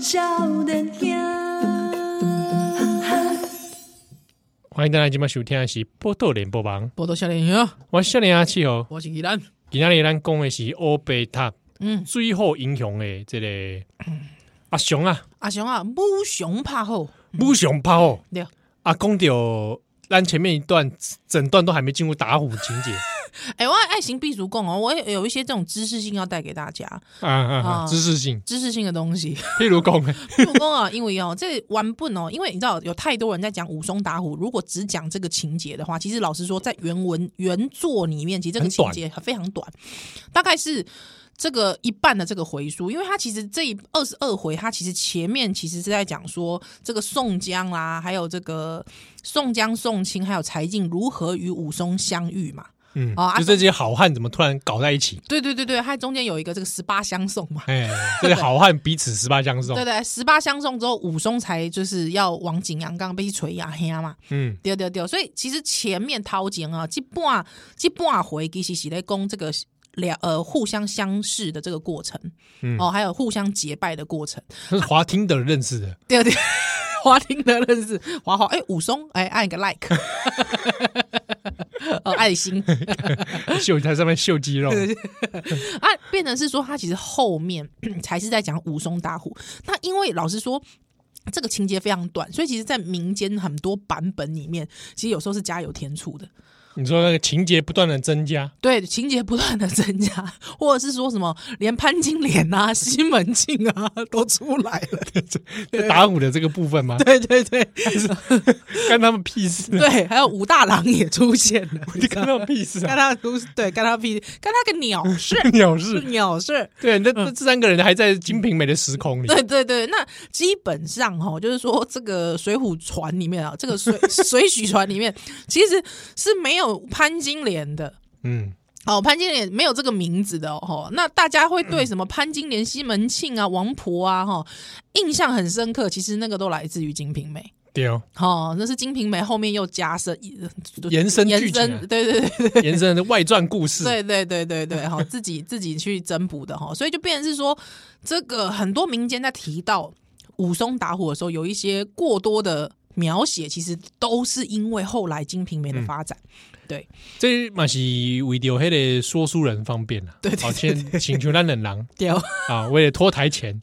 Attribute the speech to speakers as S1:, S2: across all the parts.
S1: 少年兄，哈哈。
S2: 欢迎大家今晚收听的是《波多连播榜》，
S3: 报道少年兄，
S2: 我是少年阿七哦。
S3: 我是依兰。
S2: 今天咱讲的是欧贝塔
S3: 嗯，
S2: 最后英雄的这个阿雄啊，
S3: 阿雄啊，母熊怕后，
S2: 武雄炮
S3: 对啊。
S2: 啊，讲到咱前面一段整段都还没进入打虎情节
S3: 哎、我爱行必足共哦，我也有一些这种知识性要带给大家，
S2: 啊啊啊，
S3: 啊
S2: 知识性，
S3: 知识性的东西。
S2: 譬如讲，
S3: 不公啊，因为哦，这玩笨哦，因为你知道有太多人在讲武松打虎，如果只讲这个情节的话，其实老实说，在原文原作里面，其实这个
S2: 很短
S3: 情节非常短，大概是。这个一半的这个回书，因为他其实这一二十二回，他其实前面其实是在讲说这个宋江啦、还有这个宋江、宋清，还有柴进如何与武松相遇嘛。
S2: 嗯
S3: 哦，啊
S2: 就这些好汉怎么突然搞在一起？
S3: 对对对对，他中间有一个这个十八相送嘛。
S2: 哎，这些好汉彼此十八相送
S3: 对，对，十八相送之后，武松才就是要往景阳冈被锤牙黑啊嘛。
S2: 嗯，
S3: 对对对，所以其实前面掏钱啊，这半这半回其实是在讲这个两呃互相相识的这个过程，
S2: 嗯
S3: 哦，还有互相结拜的过程，
S2: 这是华听的认识的，
S3: 对对。 华庭的认识，华华哎，武松哎，按个 like，呃，爱心
S2: 秀在上面秀肌 肉，
S3: 啊，变成是说他其实后面 才是在讲武松打虎。那因为老实说，这个情节非常短，所以其实在民间很多版本里面，其实有时候是加油添醋的。
S2: 你说那个情节不断的增加，
S3: 对情节不断的增加，或者是说什么连潘金莲啊、西门庆啊都出来了。
S2: 这打虎的这个部分吗？
S3: 对对对
S2: 干他们屁事啊！
S3: 对，还有武大郎也出现了，
S2: 你干他们屁事
S3: 干
S2: 啊！
S3: 他出对干他屁干他个鸟 事
S2: 鸟事，
S3: 是鸟事。
S2: 对，那那这三个人还在《金瓶梅》的时空里，
S3: 对对对，那基本上哈，就是说这个《水浒传》里面啊，这个水 水浒传里面其实是没有潘金莲的。
S2: 嗯，
S3: 哦，潘金莲没有这个名字的哦，吼那大家会
S2: 嗯
S3: 对什么潘金莲、西门庆啊、王婆啊，哈，印象很深刻。其实那个都来自于《金瓶梅》
S2: 对哦，
S3: 哦，那是《金瓶梅》后面又加深呃
S2: 延伸剧
S3: 延
S2: 情啊
S3: 伸，对对对对
S2: 延伸的外传故事，
S3: 对对对对对，哈，自己自己去增补的哈，所以就变成是说，这个很多民间在提到武松打虎的时候，有一些过多的描写，其实都是因为后来《金瓶梅》
S2: 嗯
S3: 的发展。对，
S2: 这嘛是为了迄个说书人方便啊，
S3: 对对对
S2: 好先请求咱忍狼
S3: 对，哦
S2: 啊，为了拖台 前，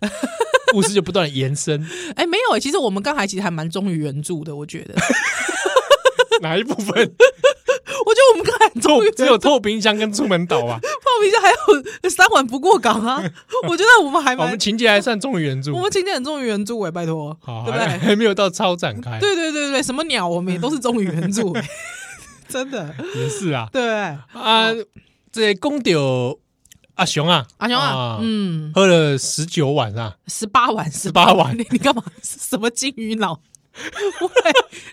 S2: 故事就不断地延伸，
S3: 哎，没有，其实我们刚才其实还蛮忠于原著的，我觉得。
S2: 哪一部分？
S3: 我觉 得我们刚才终
S2: 透
S3: 于
S2: 只有透冰箱跟出门岛啊吧，
S3: 泡一下，还有 三碗不过岗 啊！我觉得我们还
S2: 我
S3: 蛮
S2: 们，情节还算忠于原著
S3: 我，们今天很忠于原著哎、拜托，
S2: 好，
S3: 对不
S2: 还
S3: 对？
S2: 还没有到超展开，
S3: 对对对对，什么鸟我们也都是忠于原著、 哎真的，
S2: 也是啊
S3: 对不对？
S2: 啊，这公屌阿雄啊，
S3: 阿雄啊，嗯，
S2: 喝了十九碗啊，
S3: 十八碗， 十
S2: 18碗
S3: 你你干嘛？什么金鱼脑？ 喂，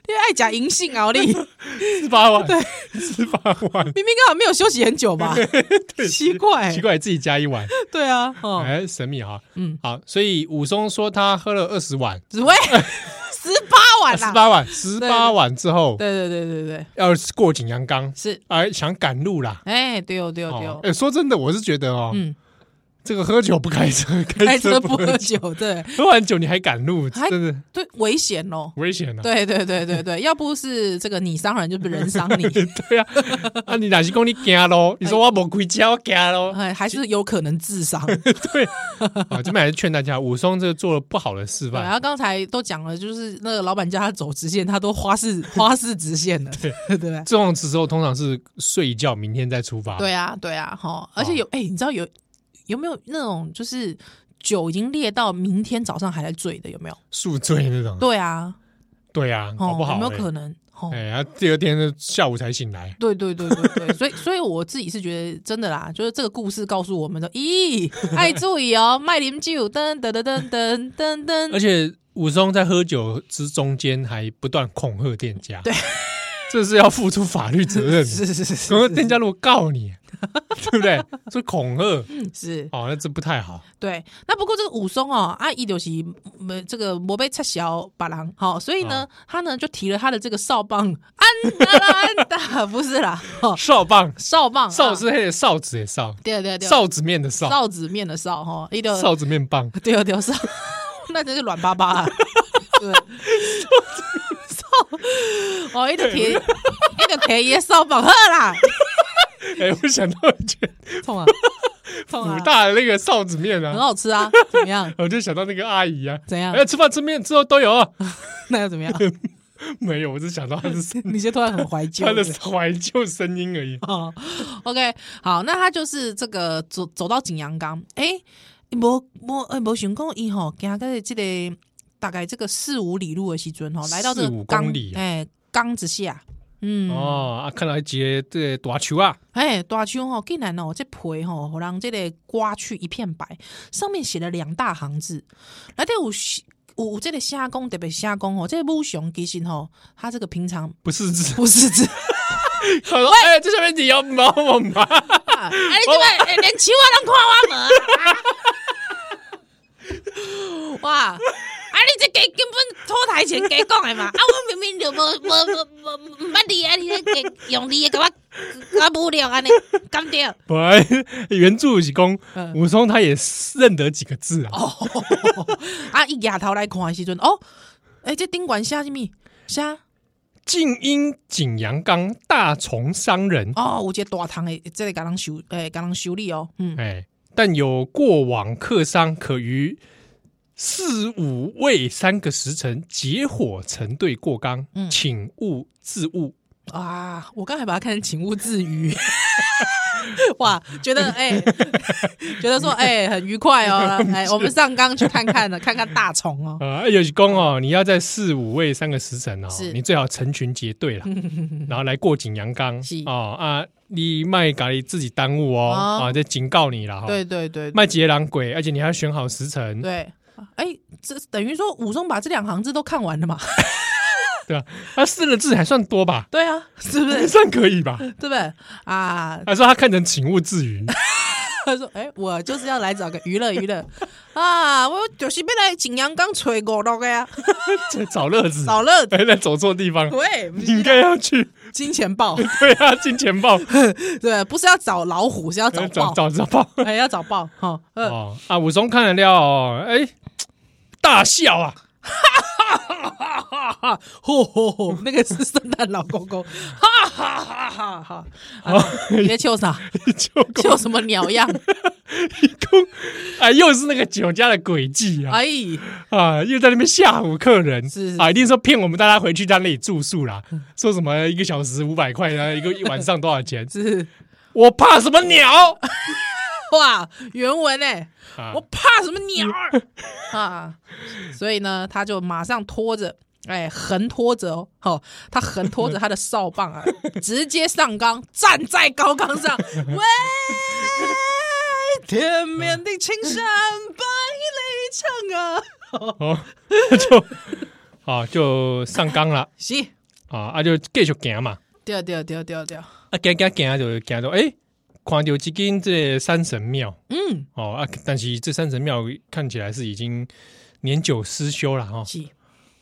S3: 你爱讲银杏啊，你 明
S2: 十八碗，对，十八碗，
S3: 明刚好没有休息很久 吧？奇怪，
S2: 奇，怪，自己加一碗，
S3: 对啊，哎哦，
S2: 哎，神秘哈，嗯
S3: 嗯，
S2: 好，所以武松说他喝了二十碗，
S3: 紫 薇十八碗
S2: 十
S3: 啦，
S2: 八碗，十八碗之后
S3: 对对对对对，
S2: 要过景阳冈，
S3: 是，
S2: 哎，想赶路啦。
S3: 哎，对哦对哦对
S2: 哦
S3: 哦，
S2: 哎，说真的，我是觉得哦，
S3: 嗯，
S2: 这个喝酒不开 车，
S3: 开
S2: 开
S3: 车
S2: 车
S3: 不
S2: 不
S3: 喝
S2: 喝酒，
S3: 酒，对
S2: 喝完酒你还赶路，
S3: 还
S2: 真的
S3: 对，危险哦。
S2: 危险啊！
S3: 对对对对对，要不是这个你伤人，就是人 伤你，
S2: 对啊，啊，你哪是讲你惊咯？你说我没开车，我惊咯。
S3: 哎，还是有可能自伤。
S2: 对，啊，这边还是劝大家，武松这个做了不好的示
S3: 哎对，然啊
S2: 范，
S3: 后刚才都讲了，就是那个老板叫他走直线，他都花式花式直线了，对不 对？
S2: 这种时候通常是睡一觉，明天再出发。
S3: 对啊，对啊，哈！而且有哎、你知道有有没有那种就是酒已经烈到明天早上还在醉的，有没有？
S2: 宿醉那种。
S3: 对啊，
S2: 对啊，
S3: 哦
S2: 好，不好、
S3: 有
S2: 欸？
S3: 没有可能？哦，
S2: 哎、啊，第二天呢下午才醒来，
S3: 对对对对对，所以所以我自己是觉得真的啦，就是这个故事告诉我们的，咦，爱注意哦，卖啉酒，噔噔噔噔噔噔
S2: 而
S3: 噔，
S2: 且武松在喝酒之中间还不断恐吓店家，对， 这是要付出法律责任的。
S3: 是是是是
S2: 恐吓店家如果告你， 对不对？是恐吓，
S3: 是，
S2: 哦，那这不太好。
S3: 对。那不过这个武松哦，啊，伊就是呃这个摩被撤销把郎，好、所以呢，他呢就提了他的这个哨棒，安达啦安达， 不是啦，哦，
S2: 哨棒，
S3: 哨棒，
S2: 哨
S3: 啊，
S2: 是黑的哨子的哨，
S3: 对对对，
S2: 哨子面的哨，呃
S3: 哨子面的哨哈，伊就
S2: 哨子面棒，
S3: 对对哨， 那真是软巴巴、 啊。对，哦，一个铁，一个铁也烧饱喝啦，
S2: 哎，我想到以前
S3: 冲啊，冲啊
S2: 武，大的那个臊子面
S3: 很
S2: 啊，
S3: 好吃啊，怎么样？
S2: 我就想到那个阿姨啊，
S3: 怎样
S2: 哎，？吃饭吃面之后都有啊，
S3: 那又怎 么样？
S2: 没有，我只想到她是
S3: 你就突然很怀旧
S2: 她的
S3: 是不是
S2: 怀旧声音而已。
S3: 哦，OK，好，那他就是这个走走到景阳冈，诶，无无诶，无想讲伊吼，行到这个大概这个四五里路的时阵吼，来到这
S2: 四五
S3: 个
S2: 公
S3: 冈
S2: 里，啊
S3: 诶，冈之下，嗯，
S2: 哦，啊，看到一个这个大球啊，
S3: 哎，大秋吼，竟然哦，这皮吼，互人这个刮去一片白，上面写了两大行字。来底有写有有这个虾公，特别虾公吼，这个母熊其实吼，它这个平常
S2: 不是 字，
S3: 不是字，
S2: 他说，哎，这下面你要毛我吗？
S3: 啊，你这个连连球啊都看我啊门，哇！ 啊，你这个根本土台前给讲的嘛，啊，我明明就无无无无唔捌你啊，你这个用你的甲我甲无聊安啊尼，干掉。
S2: 本来原著是公
S3: 嗯
S2: 武松，他也认得几个字啊，
S3: 哦，啊，伊抬头来看的时阵，哦，诶、这顶管写什么？写
S2: 静音景阳冈大虫商人，
S3: 哦，有一个大堂的，这个甲人修，诶、甲人修理哦，嗯，
S2: 哎，但有过往客商可于四五未三个时辰结伙成对过冈，
S3: 嗯
S2: 请勿自误。
S3: 啊，我刚才把它看成请勿自娱。 哇，觉得哎、 觉得说哎、很愉快 哦，哎、我们上纲去看看了，看 看大虫哦，
S2: 啊，有公哦，你要在四五未三个时辰哦
S3: 是，
S2: 你最好成群结 队啦，然后来过景阳冈
S3: 是
S2: 哦啊，你卖咖喱自己耽误哦
S3: 哦
S2: 啊，这警告你了哈。
S3: 对对对
S2: 卖杰狼鬼，而且你还要选好时辰，
S3: 对，哎、这等于说武松把这两行字都看完 了嘛，
S2: 对吧？啊他四个字还算多吧，
S3: 对啊，是不 是？
S2: 算可以吧？
S3: 对不对啊？
S2: 还说他看成请勿自 娱，
S3: 他说：“哎、我就是要来找个娱乐娱 乐啊，我就是要来景阳冈吹五六个呀，
S2: 在找乐子，
S3: 找乐子。
S2: 哎，那走错地方，
S3: 喂，不
S2: 你
S3: 是
S2: 应该要去，
S3: 金钱豹，
S2: 对啊，金钱豹，
S3: 对，不是要找老虎，是要 找
S2: 找
S3: 豹，
S2: 找找豹
S3: 哎、要找豹哈、哦呃
S2: 哦啊！武松看了料哦，哎，大笑啊，
S3: 哈哈，吼吼吼，那个是圣诞老公公，哈哈哈哈哈！啊你在笑啥？
S2: 就
S3: 笑什么鸟样？
S2: 啊，又是那个酒家的诡计啊
S3: 哎，
S2: 啊，又在那边吓唬客人，
S3: 是是
S2: 啊，一定说骗我们大家回去他那里住宿 啦，说什么一个小时五百块，然后一个一晚上多少钱？
S3: 是
S2: 我怕什么 鸟？
S3: 哇，原文哎、
S2: 啊
S3: 我怕什么鸟儿啊？所以呢，他就马上拖着，哎，横拖着哦，哦，他横拖着他的扫棒啊，直接上纲，站在高岗上，喂，天边的青山白泪唱啊，
S2: 哦， 就啊就上纲了
S3: 是，
S2: 啊，啊就继续行嘛，
S3: 对对对对对，
S2: 啊行行行就行到诶，看到一间这个山神庙
S3: 嗯，
S2: 哦啊，但是这山神庙看起来是已经年久失修了哦哈
S3: 是，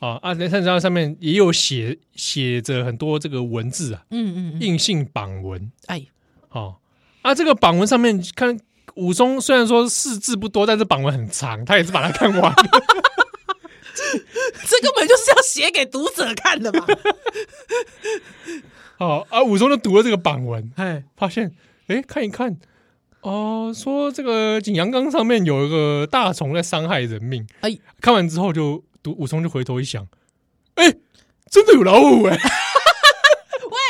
S2: 啊啊，那山神庙上面也有写写着很多这个文字啊，
S3: 嗯嗯嗯，
S2: 硬性榜文
S3: 哎，
S2: 哦啊，这个榜文上面看。武松虽然说四字不多，但是榜文很长，他也是把它看完。
S3: 这根本就是要写给读者看的嘛，
S2: 哦啊，武松就读了这个榜文，
S3: 哎，
S2: 发现，哎，看一看，哦、说这个景阳冈上面有一个大虫在伤害人命。
S3: 哎，
S2: 看完之后就，读武松就回头一想，哎，真的有老虎哎、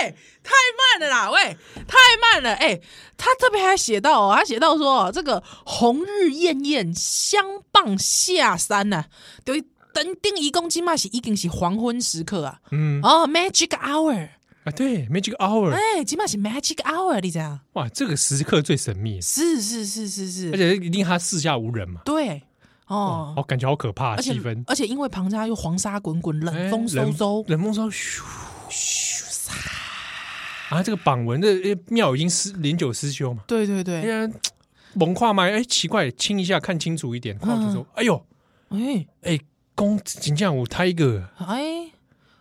S3: 喂，太慢了啦！喂，太慢了！哎、他特别还写到哦，他写到说哦，这个红日艳艳，相傍下山呐、啊，对，等定一公斤嘛是已经是黄昏时刻啊，
S2: 嗯
S3: 哦，magic hour，
S2: 啊，对，Magic Hour，
S3: 哎、今嘛是 magic hour，你知道？
S2: 哇，这个时刻最神秘，
S3: 是是是是
S2: 而
S3: 是，
S2: 且一定他四下无人嘛，
S3: 对，哦，
S2: 哦，感觉好可怕，
S3: 而且
S2: 气氛。
S3: 而且因为庞家又黄沙滚滚，冷
S2: 哎
S3: 风嗖嗖，
S2: 冷风嗖，咻啊！这个榜文的呃庙已经失年久失修嘛，
S3: 对对
S2: 哎
S3: 对，
S2: 呀，蒙跨嘛，哎，奇怪，清一下看清楚一点，
S3: 嗯
S2: 看清楚，哎呦，
S3: 哎
S2: 哎、讲真正有泰个，
S3: 哎，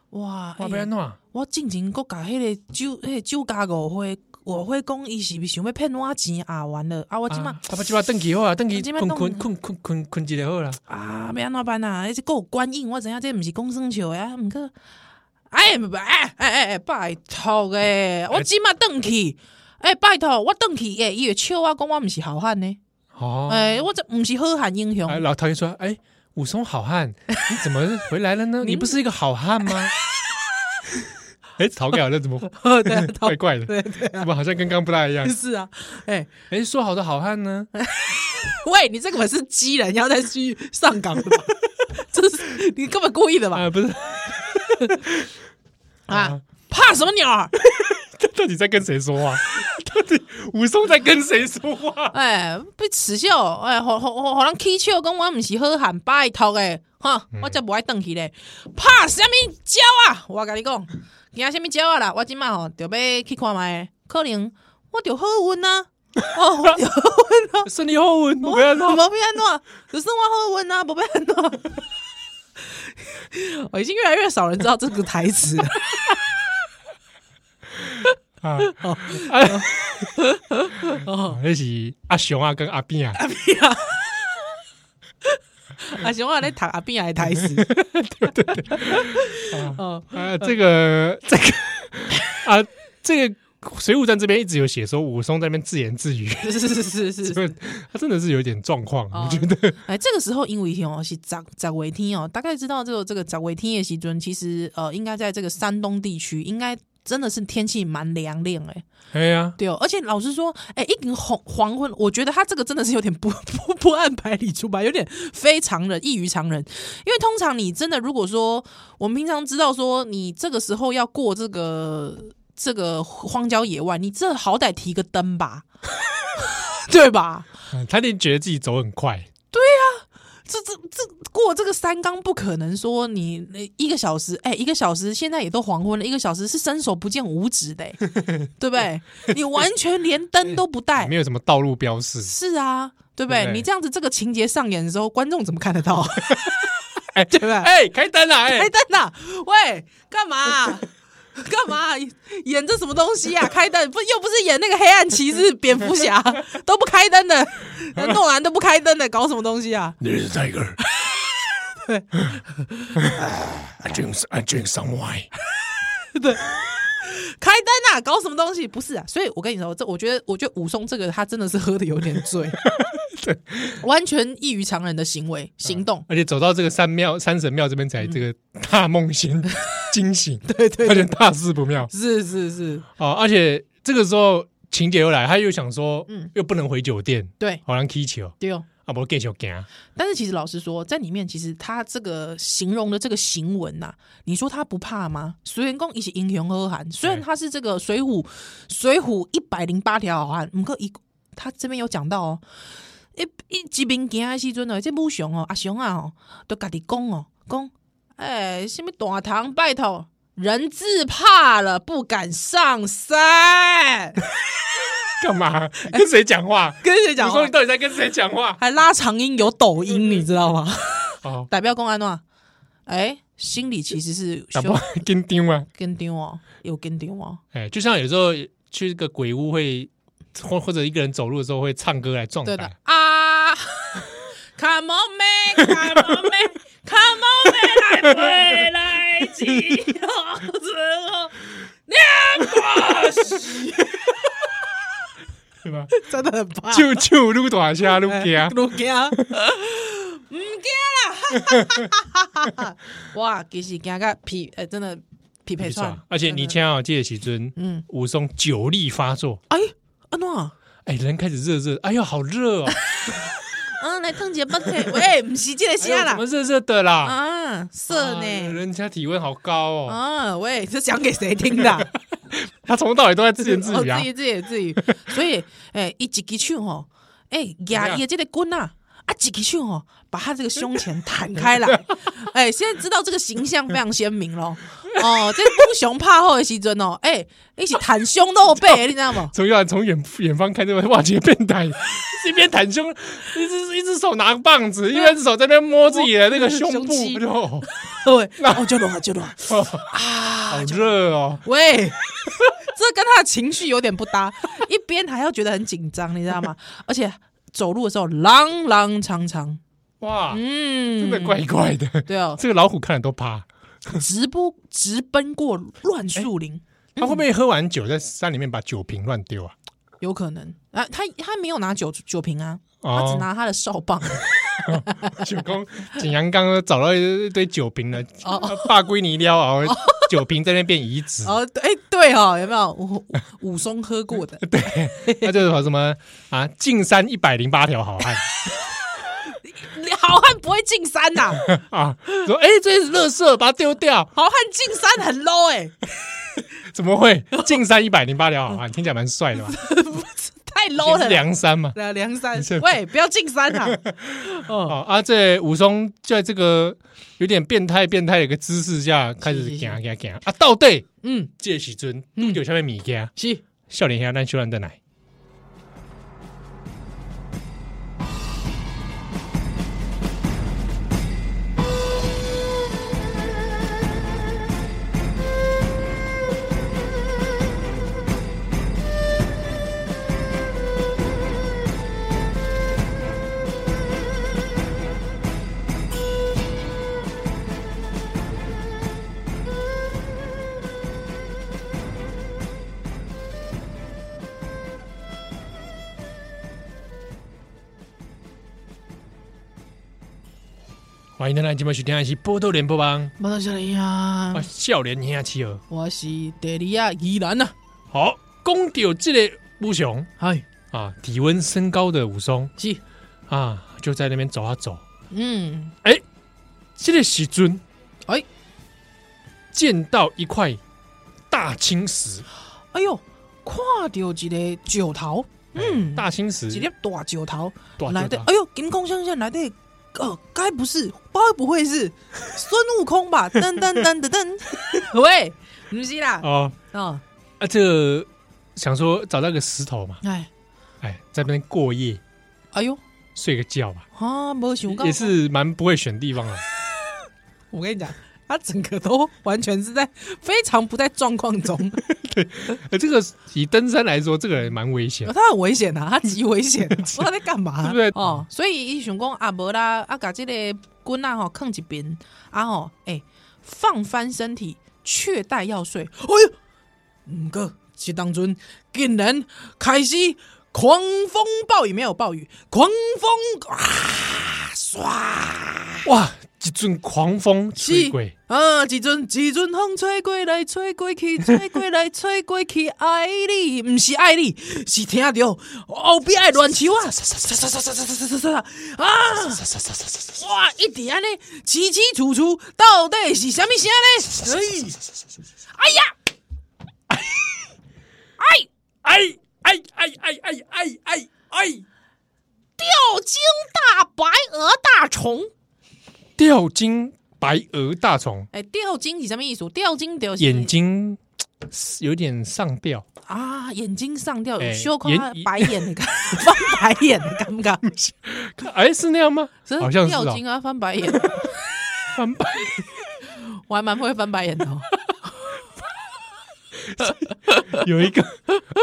S3: 哇，
S2: 我
S3: 哎
S2: 要安怎？啊
S3: 我进前阁甲迄个酒，迄、个酒家五花我会讲伊是不是想要骗我钱啊？完了啊，我即
S2: 啊
S3: 嘛，
S2: 啊，我即马登去好啊，登去
S3: 我这摆
S2: 困
S3: 回
S2: 困困困困困一下好啦。
S3: 啊，要安怎办啊？迄个有观音，我知影这毋是讲算笑的啊，毋过，哎哎哎哎哎，拜托
S2: 哎
S3: 诶，我即嘛转去，哎、拜托我转去诶，伊会笑我讲我毋是好汉呢，
S2: 哦，
S3: 哎、我这毋是好汉英雄，
S2: 哎，老陶就说：“哎，武松好汉，你怎么回来 了呢？你不是一个好汉吗？”哎，陶哥好像怎么
S3: 对啊，
S2: 怪怪的？
S3: 对对啊
S2: 怎，么好像跟刚不大一样？
S3: 是啊，哎、
S2: 哎，说好的好汉呢？
S3: 喂，你这个本是鸡人，你要再去上岗了吧？ 这是你根本故意的吧？
S2: 啊，不是，
S3: 啊，怕什么鸟儿？
S2: 他到底在跟谁说话？ 到底武松在跟谁说话？
S3: 哎，被耻笑，哎，好好好，让人起笑，讲我毋是好汉，拜托诶，哈，我才无爱转去咧，怕什么鸟啊？我甲你讲，惊什么鸟啊啦？我即满吼，就要去看卖，可能我就好运啊，哦，我就好运啊。
S2: 胜利后 文，我要闹
S3: 无要安怎，只是我好问啊，无要安怎。 我已经越来越少人知道这个台词了。
S2: 啊！
S3: 哦
S2: 啊那是阿雄啊，跟阿斌啊，
S3: 啊，是我咧读阿扁的台词。哦，
S2: 啊，这个这个 啊，这个《水浒传》这边一直有写说武松在那边自言自语，
S3: 是是是是
S2: 所
S3: 是。
S2: 以他真的是有一点状况，
S3: 哦
S2: 我觉得
S3: 哎，这个时候因为哦是十十尾天哦，大概知道这个这个十尾天的时阵，其实呃应该在这个山东地区应该。真的是天气蛮凉凉哎，
S2: 哎呀，
S3: 对哦，而且老实说，哎、一个黄黄昏，我觉得他这个真的是有点不 不不按牌理出牌，有点非常人，异于常人。因为通常你真的如果说我们平常知道说你这个时候要过这个这个荒郊野外，你这好歹提个灯吧， 对吧？
S2: 嗯他一定觉得自己走很快，
S3: 这这这过这个山岗不可能说你呃一个小时，哎、一个小时现在也都黄昏了，一个小时是伸手不见五指的、哎对不对？你完全连灯都不带，
S2: 没有什么道路标示，
S3: 是啊，对不
S2: 对
S3: 对
S2: 不？对
S3: 你这样子这个情节上演的时候，观众怎么看得 到？ 对不对？哎、
S2: 哎，开灯啊，哎，
S3: 灯呐、喂，干嘛 啊、干嘛啊、演这什么东西 啊？开灯不又不是演那个黑暗骑士、蝙蝠侠 都不开 灯的，诺兰都不开灯的，搞什么东西啊？
S2: 你是 tiger，对，I drink I drink some wine，
S3: 开灯啊，搞什么东西？不是啊，所以我跟你说，这我觉得，我觉得武松这个他真的是喝的有点 醉，完全异于常人的行为行动。
S2: 而且走到这个山庙山神庙这边才这个大梦 醒惊醒，
S3: 对对
S2: 有
S3: 对，
S2: 点大事不妙
S3: 是是是，
S2: 哦，而且这个时候情节又来，他又想说，嗯
S3: 嗯，
S2: 又不能回酒店，
S3: 对
S2: 好像踢球。
S3: 对哦。
S2: 啊，不继续 行，
S3: 但是其实老实说，在里面其实他这个形容的这个行文呐、你说他不怕吗？虽然讲一起英雄好汉，虽然他是这个水浒水浒一百零八条好汉，不过一他这边有讲到哦，一一一边行的时阵哦，这武雄哦阿雄啊哦，都家己讲哦讲，哎、什么大堂拜托，人自怕了不敢上山，
S2: 干嘛？跟谁讲话？
S3: 跟谁
S2: 我
S3: 讲话
S2: 说你？到底在跟谁讲话？
S3: 还拉长音有抖音，你知道吗？
S2: 哦，
S3: 代表公安呐，哎、心里其实是
S2: 打不
S3: 羞
S2: 跟丢啊！
S3: 跟丢哦，有跟丢哦，
S2: 哎，就像有时候去一个鬼屋会，或或者一个人走路的时候会唱歌来壮
S3: 对
S2: 胆
S3: 的。啊，Come on man，Come on man，Come on man，来回来几哦次 后，
S2: 对吧？
S3: 真的很 怕
S2: 就就撸大虾撸啊！
S3: 路惊， 唔惊啦， 哇，其实惊个匹，哎、真的匹配串，
S2: 而且你听啊，这个时阵，
S3: 嗯，
S2: 武松酒力发作，
S3: 哎、安怎啊？
S2: 哎，人开始热热，哎呦，好热哦！
S3: 嗯，来烫一个不可以， 喂，唔是这个
S2: 哎呦
S3: 虾
S2: 怎
S3: 啦
S2: 么，热热的啦？
S3: 啊，色呢
S2: 啊？人家体温好高哦。
S3: 啊，喂，这讲给谁听的啊？
S2: 他从头到尾都在 自言自语啊
S3: 哦自。言自语，自言自语。所以，哎，一几支手吼，哎，
S2: 么
S3: 牙
S2: 样
S3: 也这个棍啊，啊，几支手吼，把他这个胸前弹开来。 哎，现在知道这个形象非常鲜明咯。哦，这不熊怕后的时阵哦，哎，一起弹胸 露背，你知道吗？
S2: 从远从远远方看这边，哇，姐变 态，一边袒胸，一只一只手拿棒子，另外一只手在那边摸自己的那个胸
S3: 胸
S2: 部，
S3: 肌
S2: 哦，
S3: 对，哦，就乱就乱
S2: 哦
S3: 啊
S2: 好！热哦！
S3: 喂，这跟他的情绪有点不搭，一边还要觉得很紧张，你知道吗？而且走路的时候踉踉跄跄，
S2: 哇，
S3: 嗯，
S2: 真的怪怪的。
S3: 对哦，
S2: 这个老虎看了都怕。
S3: 直播直奔过乱树林，
S2: 他会不会喝完酒在山里面把酒瓶乱丢啊？
S3: 有可能啊，他他没有拿酒酒瓶啊，他只
S2: 哦，
S3: 拿他的哨棒，啊
S2: 九公景阳刚刚找到一堆酒瓶了，霸归你撩啊，然后酒瓶在那边移植，
S3: 哦，对，哎对哦，有没有武武武松喝过的？
S2: 那就是说什么啊，进山一百零八条好 汉
S3: 好汉不会进山呐、
S2: 啊，说哎、这是垃圾，把它丢掉，
S3: 好汉进山很 low 哎、
S2: 怎么会进山一百零八条好 汉？听起来蛮帅的吧？
S3: 啊太 low
S2: 也是
S3: 了啦。
S2: 梁山嘛，
S3: 梁梁山
S2: 是，
S3: 喂，不要进山 啊！哦，
S2: 哦啊，这武松在这个有点变态变态的一个姿势下开
S3: 是
S2: 始
S3: 是
S2: 行行行啊，到底
S3: 嗯，
S2: 这时阵拄着下面物件，
S3: 是
S2: 少年兄咱小人的来。欢迎大家今晚收听的是《波多连播帮》，
S3: 马到小林呀
S2: 啊，，少年兄妻儿。
S3: 我是德利亚宜兰呐，
S2: 好，讲到这个武松
S3: 嗨，
S2: 啊，体温升高的武松
S3: 是，
S2: 啊，就在那边走啊走。
S3: 嗯，
S2: 这个时阵，
S3: 哎
S2: 见到一块大青石，
S3: 哎呦，看到一个石头，嗯，
S2: 哎大青石，
S3: 一粒大石头，
S2: 大
S3: 来的
S2: 大，
S3: 哎呦，金光闪闪来的，哦，该不是，该不 会是孙悟空吧？噔噔噔噔 噔，喂，不是啦，
S2: 哦
S3: 哦，
S2: 啊，这个想说找到个石头嘛，
S3: 哎，
S2: 哎，在那边过夜
S3: 哎呦，
S2: 睡个觉吧，
S3: 啊，没想到，
S2: 也，是蛮不会选地方啊。
S3: 我跟你讲，他整个都完全是在非常不在状况中，
S2: 呃，这个以登山来说，这个人蛮危险的。
S3: 哦他很危 险呐、他极危险、啊，不知道在干嘛，
S2: 对不对
S3: 哦，所以伊想讲啊，无啦，啊，把这个棍啊吼放一边，啊吼，哎、放翻身体，却待要睡。哎呦，唔过这当中竟然开始狂风暴雨，没有暴雨，狂风啊，唰！
S2: 哇，一阵狂风吹过，
S3: 啊，一阵一阵风吹过来，吹过去， 吹过来，吹过去，爱你，毋是爱你，是听着后壁的乱树啊，啊，哇，一直安尼起起楚楚，到底是啥物声呢？哎呀，哎，
S2: 哎哎哎哎哎哎哎哎，
S3: 吊睛大白鹅大虫，
S2: 吊睛白额大虫，
S3: 哎，吊睛是啥物意思？吊睛就是
S2: 眼睛嘖有点上吊，
S3: 啊，眼睛上吊，
S2: 哎
S3: 小可
S2: 眼
S3: 白眼 的感，翻白眼的尴尬。
S2: 哎，是那样吗？
S3: 真的
S2: 好像是
S3: 掉
S2: 哦
S3: 睛啊，翻白眼，
S2: 翻白，
S3: 我还蛮会翻白眼的、哦。
S2: 有一个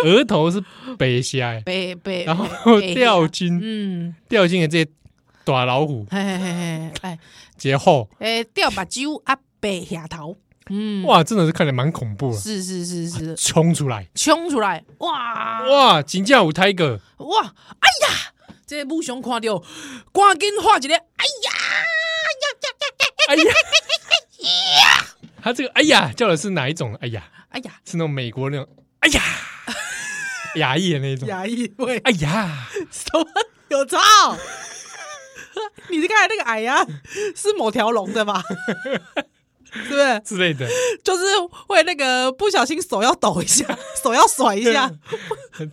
S2: 额头是北下，哎
S3: 被被
S2: 然后吊，睛，
S3: 嗯，
S2: 吊睛的这些大老虎
S3: 嘿嘿嘿嘿，哎
S2: 节后，
S3: 哎，掉把睭啊，被下头，嗯，
S2: 哇，真的是看得蛮恐怖的，
S3: 是是是是，
S2: 冲出来，
S3: 冲出来，哇
S2: 哇，金价舞 Tiger，
S3: 哇，哎呀，这武雄看到，赶紧画一个，哎
S2: 哎呀， 他这个哎呀叫的是哪一种？哎呀。
S3: 哎呀，
S2: 是那种美国那种，哎 呀，牙医的那一种，
S3: 牙医喂，
S2: 哎呀，
S3: 什么有操？ 你刚才那个哎呀，是某条龙的吧？ 是不是？
S2: 之类的，
S3: 就是会那个不小心手要抖一下，手要甩一下，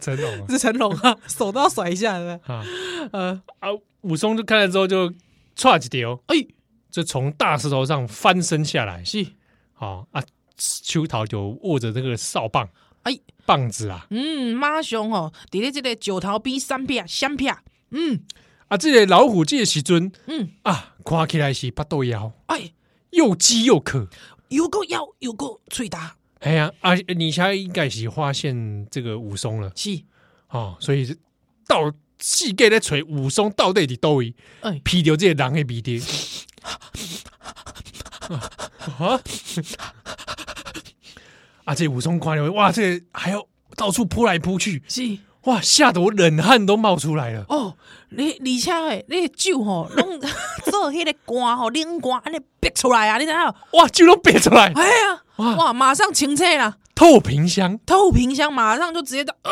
S2: 成龙啊
S3: 是成龙啊，手都要甩一下，对不
S2: 啊
S3: 对？呃，
S2: 啊！武松就看了之后就歘一丢，
S3: 哎，
S2: 就从大石头上翻身下来，
S3: 是，
S2: 好啊，秋桃就握着这个哨棒
S3: 哎，
S2: 棒子啊
S3: 嗯，马上吼，伫咧这个石头边三片三片，嗯
S2: 啊，这个老虎这个时阵
S3: 嗯，
S2: 啊，看起来是八豆腰，
S3: 哎，
S2: 又饥又渴，
S3: 又个腰又个喙大，
S2: 哎呀啊，你现在应该是发现这个武松了
S3: 是，
S2: 哦，所以是到细界咧找武松到底伫倒位，
S3: 哎、
S2: 劈掉这个人的鼻涕。 啊啊！这武松看了，哇，这个还要到处扑来扑去，
S3: 是。
S2: 哇，吓得我冷汗都冒出来了。
S3: 哦，你而且诶，你的酒吼，拢 做迄个干吼，冷干安尼逼出来啊，你知影？
S2: 哇，酒都憋出来，
S3: 哎呀，
S2: 哇
S3: 哇，马上清澈啦，
S2: 透瓶香，
S3: 透瓶箱马上就直接到啊！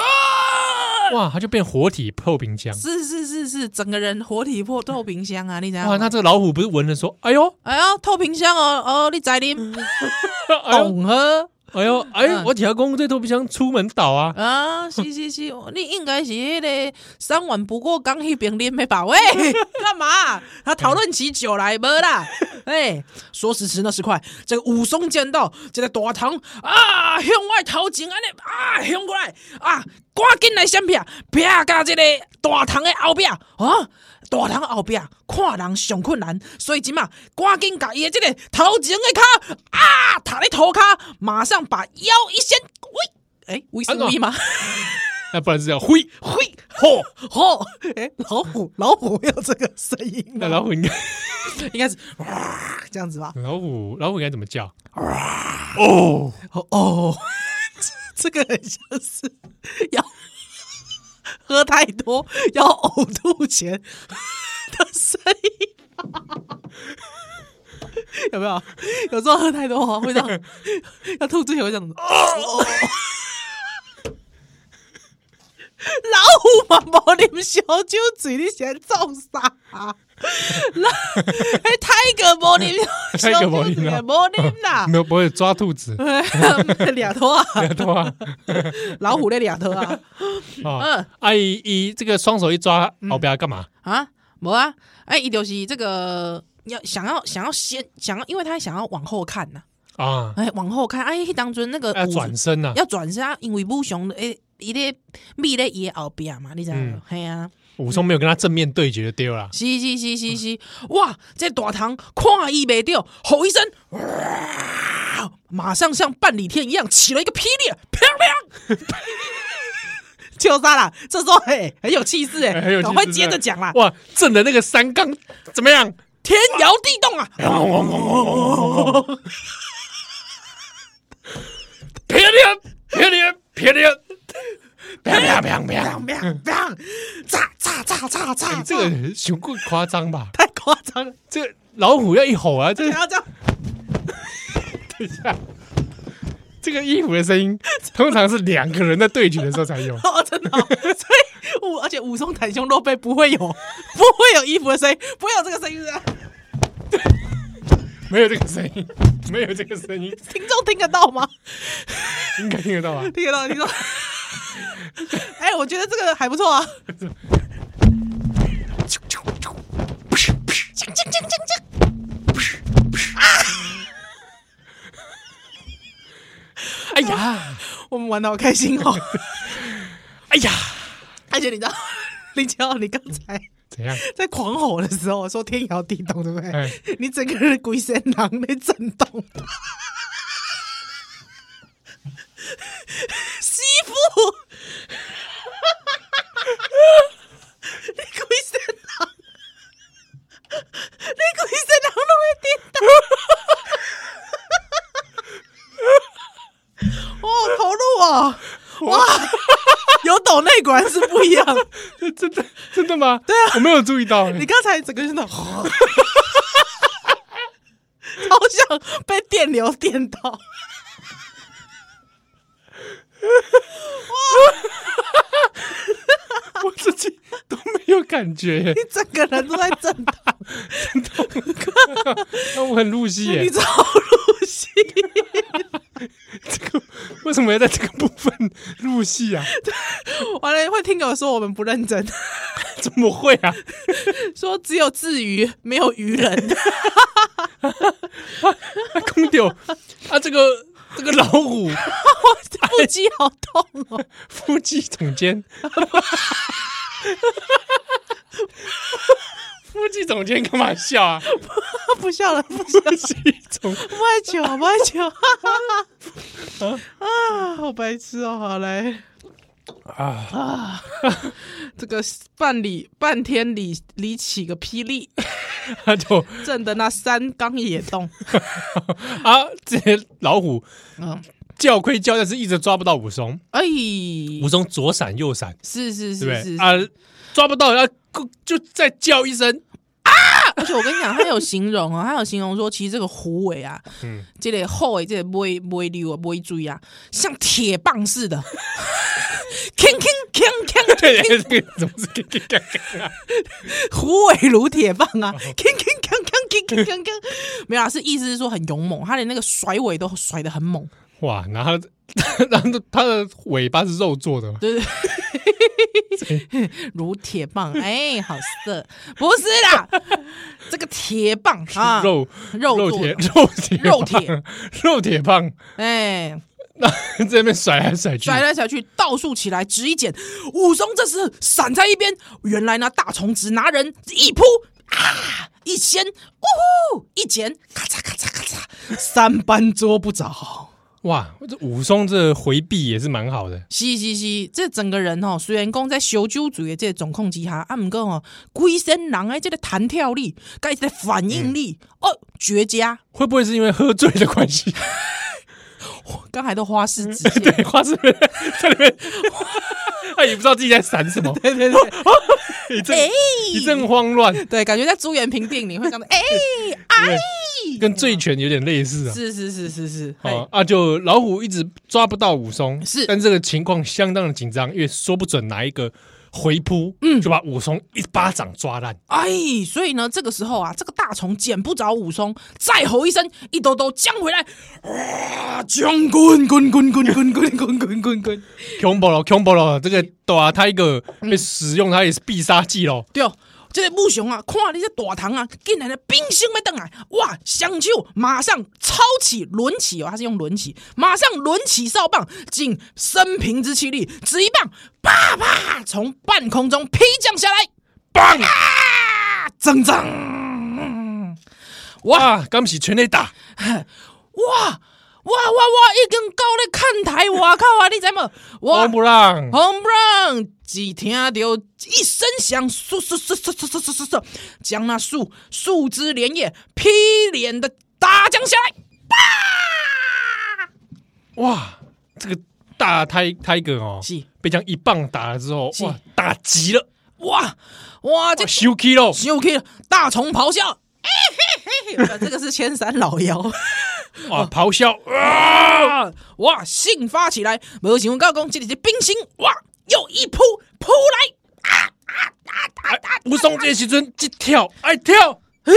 S2: 哇，它就变活体透瓶香。
S3: 是是是是，整个人活体破透瓶箱啊，你知影？
S2: 哇，那这个老虎不是闻了说，哎呦，
S3: 哎呀，透瓶箱哦哦，你知啉
S2: 哎呦，
S3: 懂呵？
S2: 哎呦，哎呦，
S3: 嗯
S2: 我铁公这透瓶香出门倒啊！
S3: 啊，是是是，你应该是迄个三碗不过冈迄边啉的吧？喂，干嘛？他讨论起酒来没啦？哎，说时迟，那时快，这个武松见到这个大堂啊，向外头前安尼啊，向过来啊，赶紧来闪避，避到这个大堂的后壁啊，大堂后壁看人上困难，所以即嘛，赶紧甲伊的这个头前的骹啊，踏咧涂骹，马上把腰一掀，喂。哎，威斯利 吗？
S2: 那不然是叫灰
S3: 嘿，
S2: 嚯，
S3: 吼！哎，老虎，老虎会有这个声音
S2: 那
S3: 吗？
S2: 老虎应该
S3: 应该是哇 这样子吧？
S2: 老虎老虎应该怎么叫？哦，
S3: 哦 哦，这个很像是要喝太多要呕吐前的声音。有没有？有时候喝太多啊，会这样，要吐之前会这样子。哦老虎嘛，无啉烧酒醉，你先做啥？ 那哎，泰哥无啉 烧
S2: 泰
S3: 酒
S2: 国无
S3: 醉，
S2: 啉啊
S3: 无啉啦。
S2: 没有不会抓兔子，
S3: 俩头啊，
S2: 对 吧？
S3: 老虎那俩头啊，
S2: 啊
S3: 嗯，
S2: 阿姨一这个双手一抓，后边干嘛？
S3: 啊，无啊，哎，伊就是这个要想要想要先想要，因为他想要往后看呐、
S2: 啊，
S3: 哎，往后看，哎，迄当中那个
S2: 要
S3: 武
S2: 转身呐！
S3: 要转身啊，因为武雄哎，伊咧秘咧伊的后壁嘛，你知道
S2: 嗯
S3: 吗？嘿、啊。
S2: 武松没有跟他正面对决就丢 了。
S3: 是是是是是，哇！这大堂看伊袂掉，吼一声，哇！马上像半里天一样起了一个霹雳，砰砰！就杀啦！这时候嘿很有气势哎，
S2: 哎很有气势
S3: 赶快接着讲啦！
S2: 哇，震的那个三缸怎么样？
S3: 天摇地动啊！
S2: 漂亮，漂亮，漂亮，漂亮，漂亮！
S3: 砰砰砰！炸炸炸炸炸！
S2: 你哎这个熊棍夸张吧？
S3: 太夸张了！
S2: 这个老虎要一吼啊，这
S3: 然后这样。
S2: 等一下，这个衣服的声音通常是两个人在对决的时候才有
S3: 哦，真的哦、所以武而且武松袒胸露背不会有，不会有衣服的声音，不会有这个声音啊的，
S2: 没有这个声音，没有这个声音，
S3: 听众听得到吗？
S2: 应该听得到吧？
S3: 听得到，听 得到。哎、我觉得这个还不错啊。
S2: 哎呀，
S3: 我们玩的好开心哦！
S2: 哎呀，
S3: 而且你知道， 林奇浩，你刚才
S2: 怎样？
S3: 在狂吼的时候说天摇地动，对不对？
S2: 哎
S3: 你整个人鬼神狼被震动。师傅，你鬼神狼，你鬼神狼都会跌倒。哦，投入哦，哇，有抖内果然是不一样。
S2: 这 真的真的吗？对啊，我没有注意到。
S3: 你刚才整个人的，好像被电流电到。哇！
S2: 我自己都没有感觉耶，
S3: 你整个人都在震荡，
S2: 那我很入戏
S3: 你
S2: 耶。
S3: 超入戏，
S2: 这个 为什么要在这个部分入戏啊？
S3: 完了会听友说我们不认真，
S2: 怎么会啊？
S3: 说只有自娱没有娱人。
S2: 那空 调啊，这个这个老 虎
S3: 腹肌好痛哦！
S2: 腹肌总 监， 腹肌总监干嘛笑啊？
S3: 不笑了，不笑了，
S2: 是一种
S3: 不爱酒，不爱 酒，啊，好白痴哦！好来，
S2: 啊，
S3: 这个半里半天里里起个霹雳，
S2: 他就
S3: 震得那山冈野动。
S2: 啊，这些老虎
S3: 嗯，
S2: 叫亏叫，但是一直抓不到武松，
S3: 哎，
S2: 武松左闪右闪，
S3: 是是
S2: 对不
S3: 是
S2: 对
S3: 是是，
S2: 啊？抓不到，然后咕就再叫一声，
S3: 而且我跟你讲，他有形容哦，他有形容说，其实这个虎尾啊，
S2: 嗯
S3: 这个后尾这个尾尾溜啊，尾椎啊，像铁棒似的，king king king king，
S2: 对， 这个怎么是 啊？
S3: 虎尾如铁棒啊，king king king king king king king king，没有啊，是意思是说很勇猛，他连那个甩尾都甩得很猛，
S2: 哇，然后 它然后它的尾巴是肉做的嘛，
S3: 对对对，如铁棒，哎，好色，不是啦，这个铁棒啊，
S2: 肉
S3: 肉
S2: 肉
S3: 做
S2: 铁
S3: 的，
S2: 肉铁
S3: 肉
S2: 棒
S3: 铁
S2: 肉铁棒，
S3: 哎。
S2: 那这边甩来甩去
S3: 甩，来甩去，倒竖起来，指一剪。武松这时闪在一边，原来呢大虫子拿人一扑啊，一掀，呜呼，一剪，咔嚓咔嚓咔嚓，三班捉不着。
S2: 哇，这武松这回避也是蛮好的，
S3: 是是是，这整个人哦，虽然讲在烧酒醉的这个状况之下，啊，毋过哦，规身人的这个弹跳力，甲伊这个反应力，哦，绝佳。
S2: 会不会是因为喝醉的关系？
S3: 刚才都花式直线，
S2: 对，花生在里 面，他也不知道自己在闪什么，
S3: 对对对，
S2: 一
S3: 哎、
S2: 阵一阵慌乱，
S3: 对，感觉在朱元平电影里会这样的，哎、
S2: 对跟醉拳有点类似啊。
S3: 是是是是是，哎、
S2: 哦啊，就老虎一直抓不到武松，
S3: 是
S2: 但这个情况相当的紧张，因为说不准哪一个回扑，嗯，就把武松一巴掌抓烂。
S3: 哎，所以呢，这个时候啊，这个大虫捡不着武松，再吼一声，一兜兜将回来，啊，将滚滚滚滚滚滚滚滚滚滚，
S2: 恐怖了，恐怖了，这个对啊，他一个被使用，他也是必杀技咯。
S3: 对哦。这个木熊啊，看你这大堂啊，竟然的冰箱要等来，哇！双手马上抄起抡起哦，他是用抡起，马上抡起哨棒，尽生平之气力，只一棒，啪啪，从半空中劈降下来，棒啊，铮铮，哇！
S2: 哇，刚起全力打，
S3: 哇哇哇哇，已经到咧看台外口啊！你知无？
S2: 我
S3: 我
S2: 不让，
S3: 红布朗只听到一声响，嗖嗖嗖嗖嗖嗖嗖嗖嗖，将那树树枝连叶劈连的打将下来。
S2: 哇，这个大胎胎哥哦，
S3: 是
S2: 被这样一棒打了之后，
S3: 是
S2: 哇，打急了，
S3: 哇哇，这
S2: 哇休克喽，
S3: 就可以大虫咆哮。哎嘿嘿嘿，这个是千山老妖。
S2: 哇，咆哮啊！
S3: 啊！哇，兴发起来，无想到讲这里是冰心，哇，又一扑扑来，
S2: 哎武松这时阵一跳，哎跳，
S3: 嘿。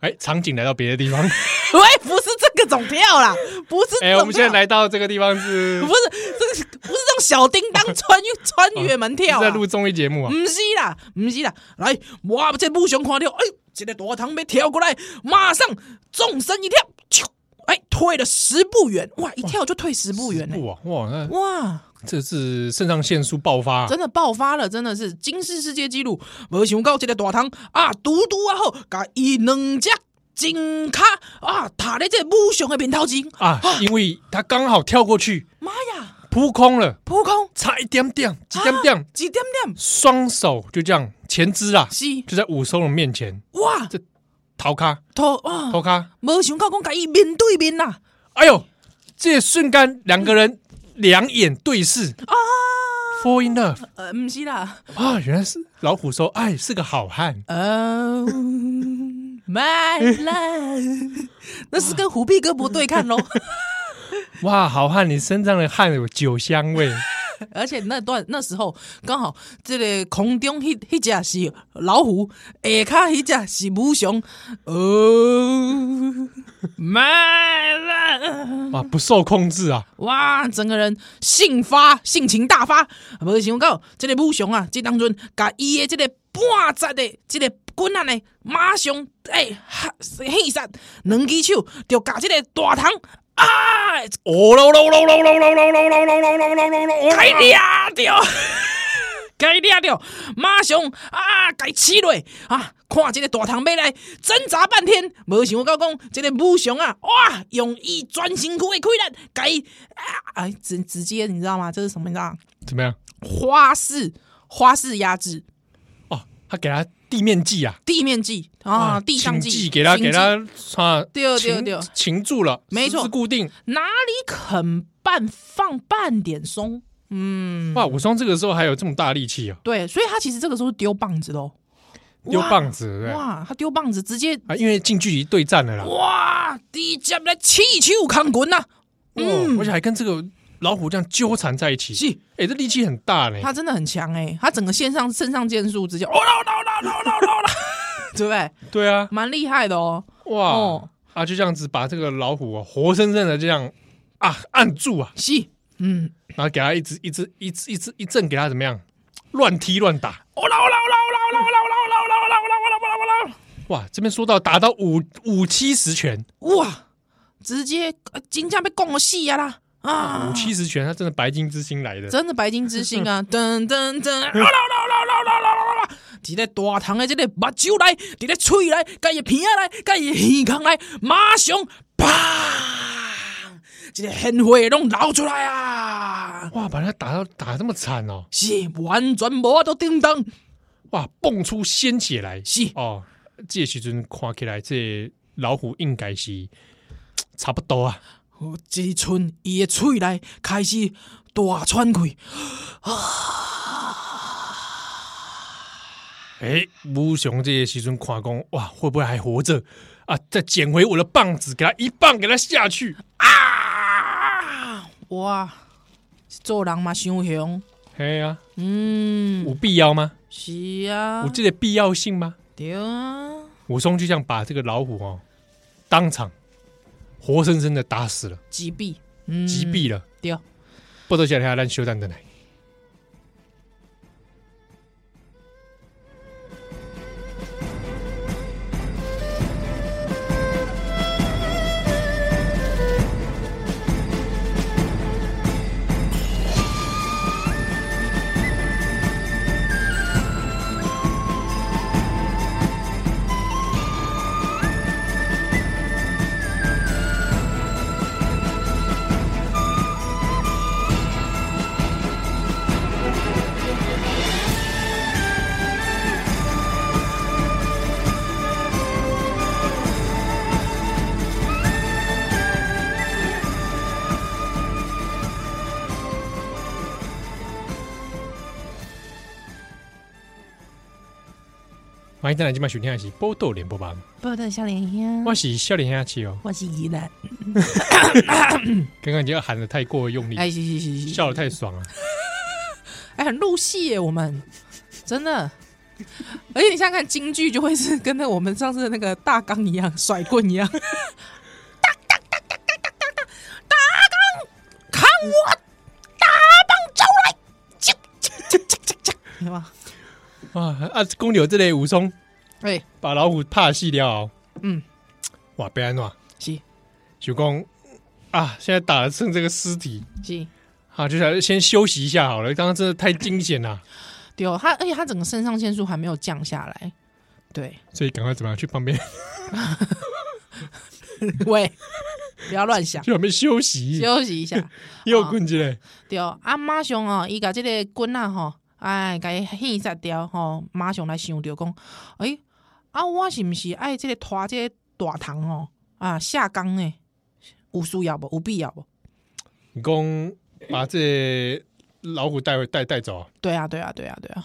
S2: 哎，场景来到别的地方，
S3: 喂，不是这个种跳啦，不是这 种
S2: 哎，我们现在
S3: 跳
S2: 来到这个地方是
S3: 不是这个，不是这种小叮当穿越穿越门跳、
S2: 是在
S3: 啊，
S2: 录综艺节目啊
S3: 不，是啦，不是啦，来，哇，这木熊看到，哎，这个大堂被跳过来，马上纵身一跳，啾哎，退了十步远，哇，一跳就退十步啊远呢、
S2: 不啊，哇，那
S3: 哇，
S2: 这是肾上腺素爆发啊，
S3: 真的爆发了，真的是金氏世界纪录，没想到这个大堂啊，嘟嘟啊后，甲伊两只金卡啊，踏在这木熊的面头前，
S2: 啊，因为他刚好跳过去
S3: 妈呀，
S2: 扑空了，
S3: 扑空。
S2: 差一点点，一点点，
S3: 几点点？
S2: 双手就这样前肢啊，
S3: 是
S2: 就在武松的面前
S3: 哇，
S2: 逃卡
S3: 头哇，
S2: 逃卡，
S3: 无想到讲甲伊面对面啊呐
S2: 哎呦，这瞬间两个人两眼对视
S3: 啊！
S2: ，fall in love
S3: 呃，唔是啦，
S2: 啊，原来是老虎说，哎，是个好汉。
S3: 哦、my love，那是跟虎臂哥不对看喽。
S2: 哇，好汉，你身上的汗有酒香味，
S3: 而且那段那时候刚好这个空中迄迄只是老虎，下骹迄只是母熊。哦、my love，
S2: 哇，不受控制啊！
S3: 哇，整个人性发，性情大发。无想到这个母熊啊，这当中甲伊的这个半截的这个棍啊呢，马上哎，嘿杀两只手就甲这个大堂啊，
S2: 哦喽喽喽喽喽喽喽喽喽喽喽喽喽喽喽！
S3: 该啊抓掉，该抓掉，马上啊，该起落啊，看这个大堂妹来挣扎半天，无想到讲这个母熊啊，哇，用伊专身躯的溃烂，该啊，哎，直直接你知道吗？这是什么？你知道吗？
S2: 怎么样？
S3: 花式花式 压制，
S2: 哦，他给他地面技啊，
S3: 地面技啊，
S2: 啊
S3: 地上
S2: 擒
S3: 技，
S2: 给他
S3: 擒
S2: 给
S3: 技
S2: 他啊，
S3: 对对
S2: 擒
S3: 对
S2: 擒住了，
S3: 没
S2: 十字
S3: 错
S2: 固定。
S3: 哪里肯半放半点松？嗯，
S2: 哇，武松这个时候还有这么大力气啊，
S3: 对，所以他其实这个时候丢棒子喽，
S2: 丢
S3: 哇
S2: 棒子对不对
S3: 哇，他丢棒子直接
S2: 啊，因为近距离对战了啦。
S3: 哇，直接来气球扛滚呐！
S2: 嗯，而且还跟这个老虎这样纠缠在一起，
S3: 是
S2: 哎，这力气很大呢。
S3: 他真的很强哎、他整个线上肾上腺素直接哦啦啦啦啦啦啦啦，对不对？
S2: 对啊，
S3: 蛮厉害的哦。
S2: 哇
S3: 哦，
S2: 啊，就这样子把这个老虎啊活生生的这样啊按住啊，
S3: 是，嗯，
S2: 然后给他一直一直一直一直一阵给他怎么样乱踢乱打。
S3: 哦啦哦啦哦啦哦啦哦啦哦啦哦啦哦啦哦啦哦啦哦啦哦啦哦啦
S2: 哇，这边说到打到五五七十拳，
S3: 哇，直接呃金价被供了戏呀啦啊
S2: 五！七十拳，他真的白金之星来的。
S3: 真的白金之星啊！噔噔噔，啦啦啦啦啦啦啦啦！伫咧大堂的这个目睭内，伫咧喙内，甲伊鼻仔内，甲伊耳孔内，马上砰！一个烟火拢流出来啊！
S2: 哇，把他打到打这么惨哦！
S3: 是完全无法度叮当，
S2: 哇，蹦出鲜血来，
S3: 是
S2: 哦。这时阵看起来，这老虎应该是差不多啊。
S3: 一寸哦伊的喙内开始大喘气，啊
S2: 哎，吴雄这些时阵看讲，哇，会不会还活着啊？再捡回我的棒子，给他一棒给他下去。
S3: 啊！哇，做人嘛想凶，
S2: 哎呀、
S3: 嗯，
S2: 有必要吗？
S3: 是啊
S2: 有，这个必要性吗？
S3: 对啊。
S2: 武松就这样把这个老虎哦，当场活生生的打死了，
S3: 击毙，嗯，
S2: 击毙了。
S3: 对，
S2: 不得小天咱休蛋的来。欢迎再来今晚收听的是《波豆联播榜》，
S3: 报道笑脸兄，
S2: 我是笑脸下去哦。
S3: 我是宜兰，
S2: 刚刚你要喊的太过用力，
S3: 哎，是是是是，
S2: 笑的太爽了。
S3: 哎，很入戏耶，我们真的。而且你想想看，京剧就会是跟那我们上次的那个大纲一样，甩棍一样。大纲，看我大棒招来，啾啾啾啾啾，对吧？
S2: 哇啊！公牛这类武松
S3: 哎，
S2: 把老虎怕死了哦，
S3: 嗯，
S2: 哇，别安怎
S3: 是
S2: 就讲啊，现在打了剩这个尸体
S3: 是，
S2: 啊，就想先休息一下好了。刚刚真的太惊险了，
S3: 对哦，他而且他整个肾上腺素还没有降下来，对。
S2: 所以赶快怎么样去旁边
S3: 喂，不要 乱想，
S2: 去旁边休息，
S3: 休息一下。
S2: 又棍之类。
S3: 对，啊，马上哦，伊甲即个棍仔吼，哎，甲伊牵杀掉吼，马上来想着讲，诶、啊，我是毋是爱即个拖即个大堂吼啊下岗呢？有需要无？有必要无？
S2: 你讲把这老虎带回带带走啊，
S3: 对啊，对啊，对啊，对啊，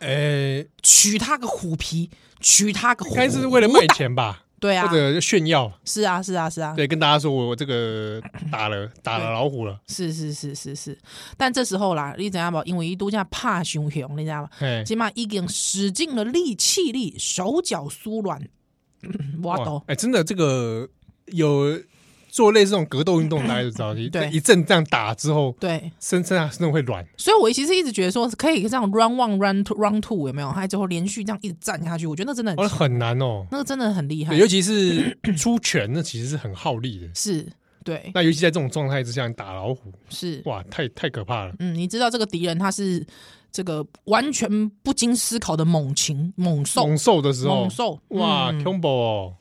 S2: 诶、
S3: 取他个虎皮，取他个虎
S2: 应，该是为了卖钱吧，
S3: 对啊
S2: 或，者炫耀。
S3: 是啊，是啊，是啊，
S2: 对，跟大家说我我这个打了打了老虎了，
S3: 是是是是是。但这时候啦，你知影无？因为伊拄则拍伤熊，你知影无？
S2: 哎，
S3: 即嘛已经使尽了力气力，手脚酥 软，我
S2: 哇
S3: 都
S2: 哎、真的这个有做类似这种格斗运动，大家就知 道，一
S3: 对
S2: 一阵这样打之后，
S3: 对，
S2: 身身上真的会软。
S3: 所以我其实一直觉得说可以这样 run one run two run two 有没有？还之后连续这样一直站下去，我觉得那真的很
S2: 哦，很难哦。
S3: 那个真的很厉害
S2: 对，，尤其是出拳，那其实是很耗力的。
S3: 是，对，
S2: 那尤其在这种状态之下，你打老虎，
S3: 是，
S2: 哇，太太可怕了。
S3: 嗯，你知道这个敌人他是这个完全不经思考的猛禽、猛兽、
S2: 猛兽的时候
S3: 猛，兽。
S2: 哇
S3: 嗯
S2: c o m b o 哦，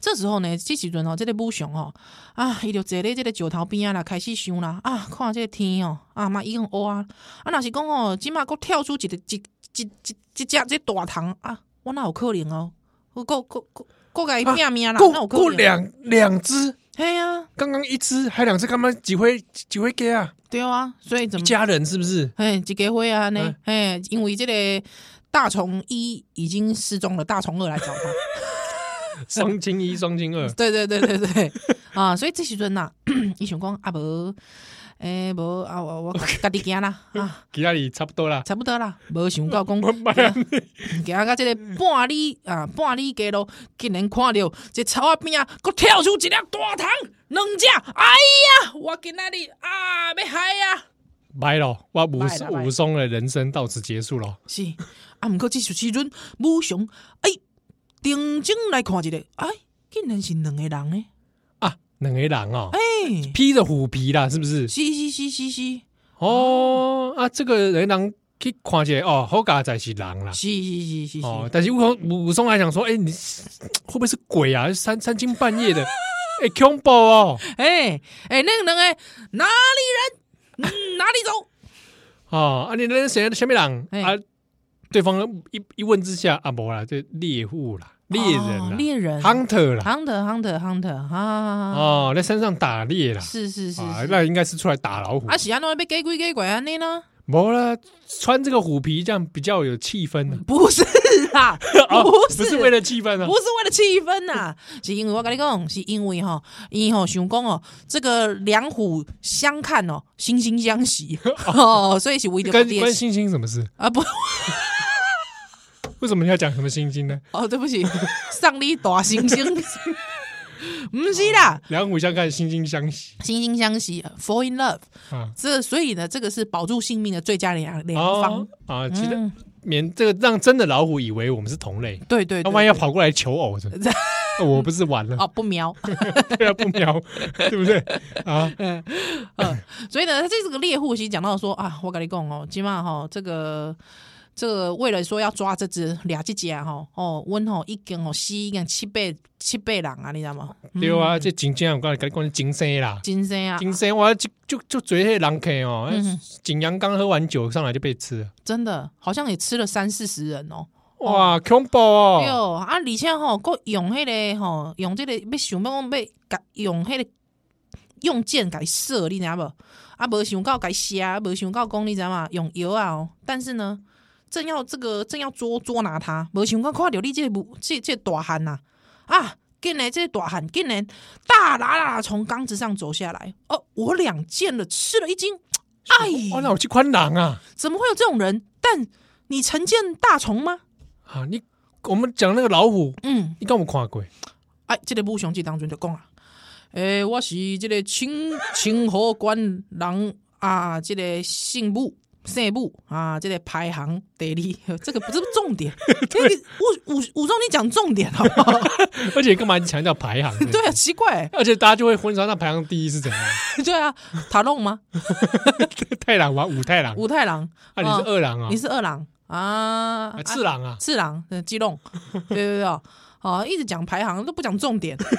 S3: 这时候呢，这时阵哦，这个母熊哦，啊，伊就坐咧这个石头边啊啦，开始想啦，啊，看这个天哦，啊嘛已经乌啊，啊，若是讲哦，即马佫跳出一个一一一一只这大虫啊，我哪有可能哦，我佫佫佫佫甲伊拼命啦，哪
S2: 够
S3: 有
S2: 够
S3: 可能？
S2: 两两只，
S3: 嘿啊，
S2: 刚刚一只，还两只，干嘛几回几回给啊？
S3: 对啊，所以怎
S2: 一
S3: 么？
S2: 家人是不 是？
S3: 嘿，一家伙啊呢？嘿，因为这个大虫一已经失踪了，大虫二来找他。
S2: 双亲一，双亲二，
S3: 对对对对对啊！所以这时阵呐、 伊想讲啊无，诶无啊我我家己行啦啊，
S2: 其他里差不多 啦。
S3: 差不多啦，无想到讲
S2: 我买啊，
S3: 行到这个半里啊半里街路，竟然看到这草啊边啊，佫跳出一只大虫，两只，哎呀，我今仔日啊要嗨呀！
S2: 买了，我武
S3: 拜了拜
S2: 武松的人生到此结束了。
S3: 是啊，毋过这时阵母熊哎，定睛来看一个，哎，竟然是两个人诶，
S2: 啊，两个人哦，
S3: 哎，
S2: 披着虎皮啦，是不是？
S3: 是是是是是。
S2: 哦啊，这个人人去看起来哦，好嘎仔是人啦。
S3: 是是是是是，
S2: 哦，但是武松武松还想说，哎，你会不会是鬼啊？三三更半夜 的，哎恐怖哦
S3: 哎哎，那个人哎，哪里人？嗯，哪里走？
S2: 哦，啊，你那谁谁没人
S3: 哎
S2: 啊？对方一一问之下，啊，无啦，这猎物啦，猎人啊
S3: 哦
S2: 啦
S3: 猎人啊
S2: ，hunter 啦，
S3: ，hunter hunter hunter 啊，
S2: 哦，在山上打猎啦，
S3: 是是是，
S2: 啊，
S3: 是
S2: 那应该是出来打老虎
S3: 啊，是安怎被给鬼给鬼安尼呢？
S2: 没啦，穿这个虎皮这样比较有气氛呢、
S3: 不是 啦，
S2: 啊。
S3: 不
S2: 不
S3: 是
S2: 是为了气氛啊
S3: 不，是为了气氛呐、是因为我跟你讲，是因为吼，因吼想讲哦，这个两虎相看哦，惺惺 相惜哦，所以是为了
S2: 跟
S3: 猎
S2: 关星星什么事？
S3: 啊不
S2: 为什么你要讲什么星星呢？
S3: 哦，对不起，上帝大猩猩， 不是啦，
S2: 两虎相看，惺惺相惜
S3: 惺惺相惜，fall in love。
S2: 啊！
S3: 这所以呢，这个是保住性命的最佳良良方。
S2: 哦啊，其实
S3: 嗯
S2: 免这个让真的老虎以为我们是同类，
S3: 对对
S2: 他
S3: 对，
S2: 万一要跑过来求偶，真 的哦我不是完了？
S3: 哦不瞄，
S2: 对啊，不瞄， 对不对啊？
S3: 所以呢，他这个猎户其实讲到说啊，我跟你讲哦，今晚哈这个。这个为了说要抓这只俩只只吼哦，温吼已经吼死已经七八七八人啊，你知道吗？
S2: 对啊，这金星我刚才跟你讲是金星啦，
S3: 金生啊，
S2: 金星我就就就追那些狼 K 哦
S3: 嗯，
S2: 景阳刚喝完酒上来就被吃了，
S3: 真的好像也吃了三四十人哦。
S2: 哇恐怖
S3: 对
S2: 哦！
S3: 哦，啊，而且吼，佮用迄、个吼，用即、个要想要讲要甲用迄、个用箭甲伊射，你知影无？啊，无想到甲伊射，啊无想到讲你知影嘛？用药啊、哦，但是呢，正要这个正要捉捉拿他，无想到看到你即、个母即即、这个大汉呐啊！竟然这个大汉竟然大啦啦啦从缸子上走下来，哦，我两箭了，吃了一惊，哎，
S2: 哇，哦那我去宽狼啊！
S3: 怎么会有这种人？但你曾见大虫吗？
S2: 啊，你我们讲那个老虎，
S3: 嗯，
S2: 你敢有看过？
S3: 哎，这个武雄记当中就讲啊，诶、我是这个清清河关人啊，这个姓武姓武啊，这个排行第二，这个不是重 点，这个武武武松，你讲重点好不好？
S2: 而且干嘛强调排行？
S3: 对啊，奇怪、
S2: 而且大家就会混淆那排行第一是怎样？
S3: 对啊，塔弄吗？
S2: 太郎吗？武太郎？
S3: 武太郎，
S2: 啊，你是二郎啊
S3: 哦你？是二郎啊
S2: 啊，，次郎啊？
S3: 次郎，呃，基隆，对对对哦，哦，一直讲排行都不讲重 点，
S2: 对不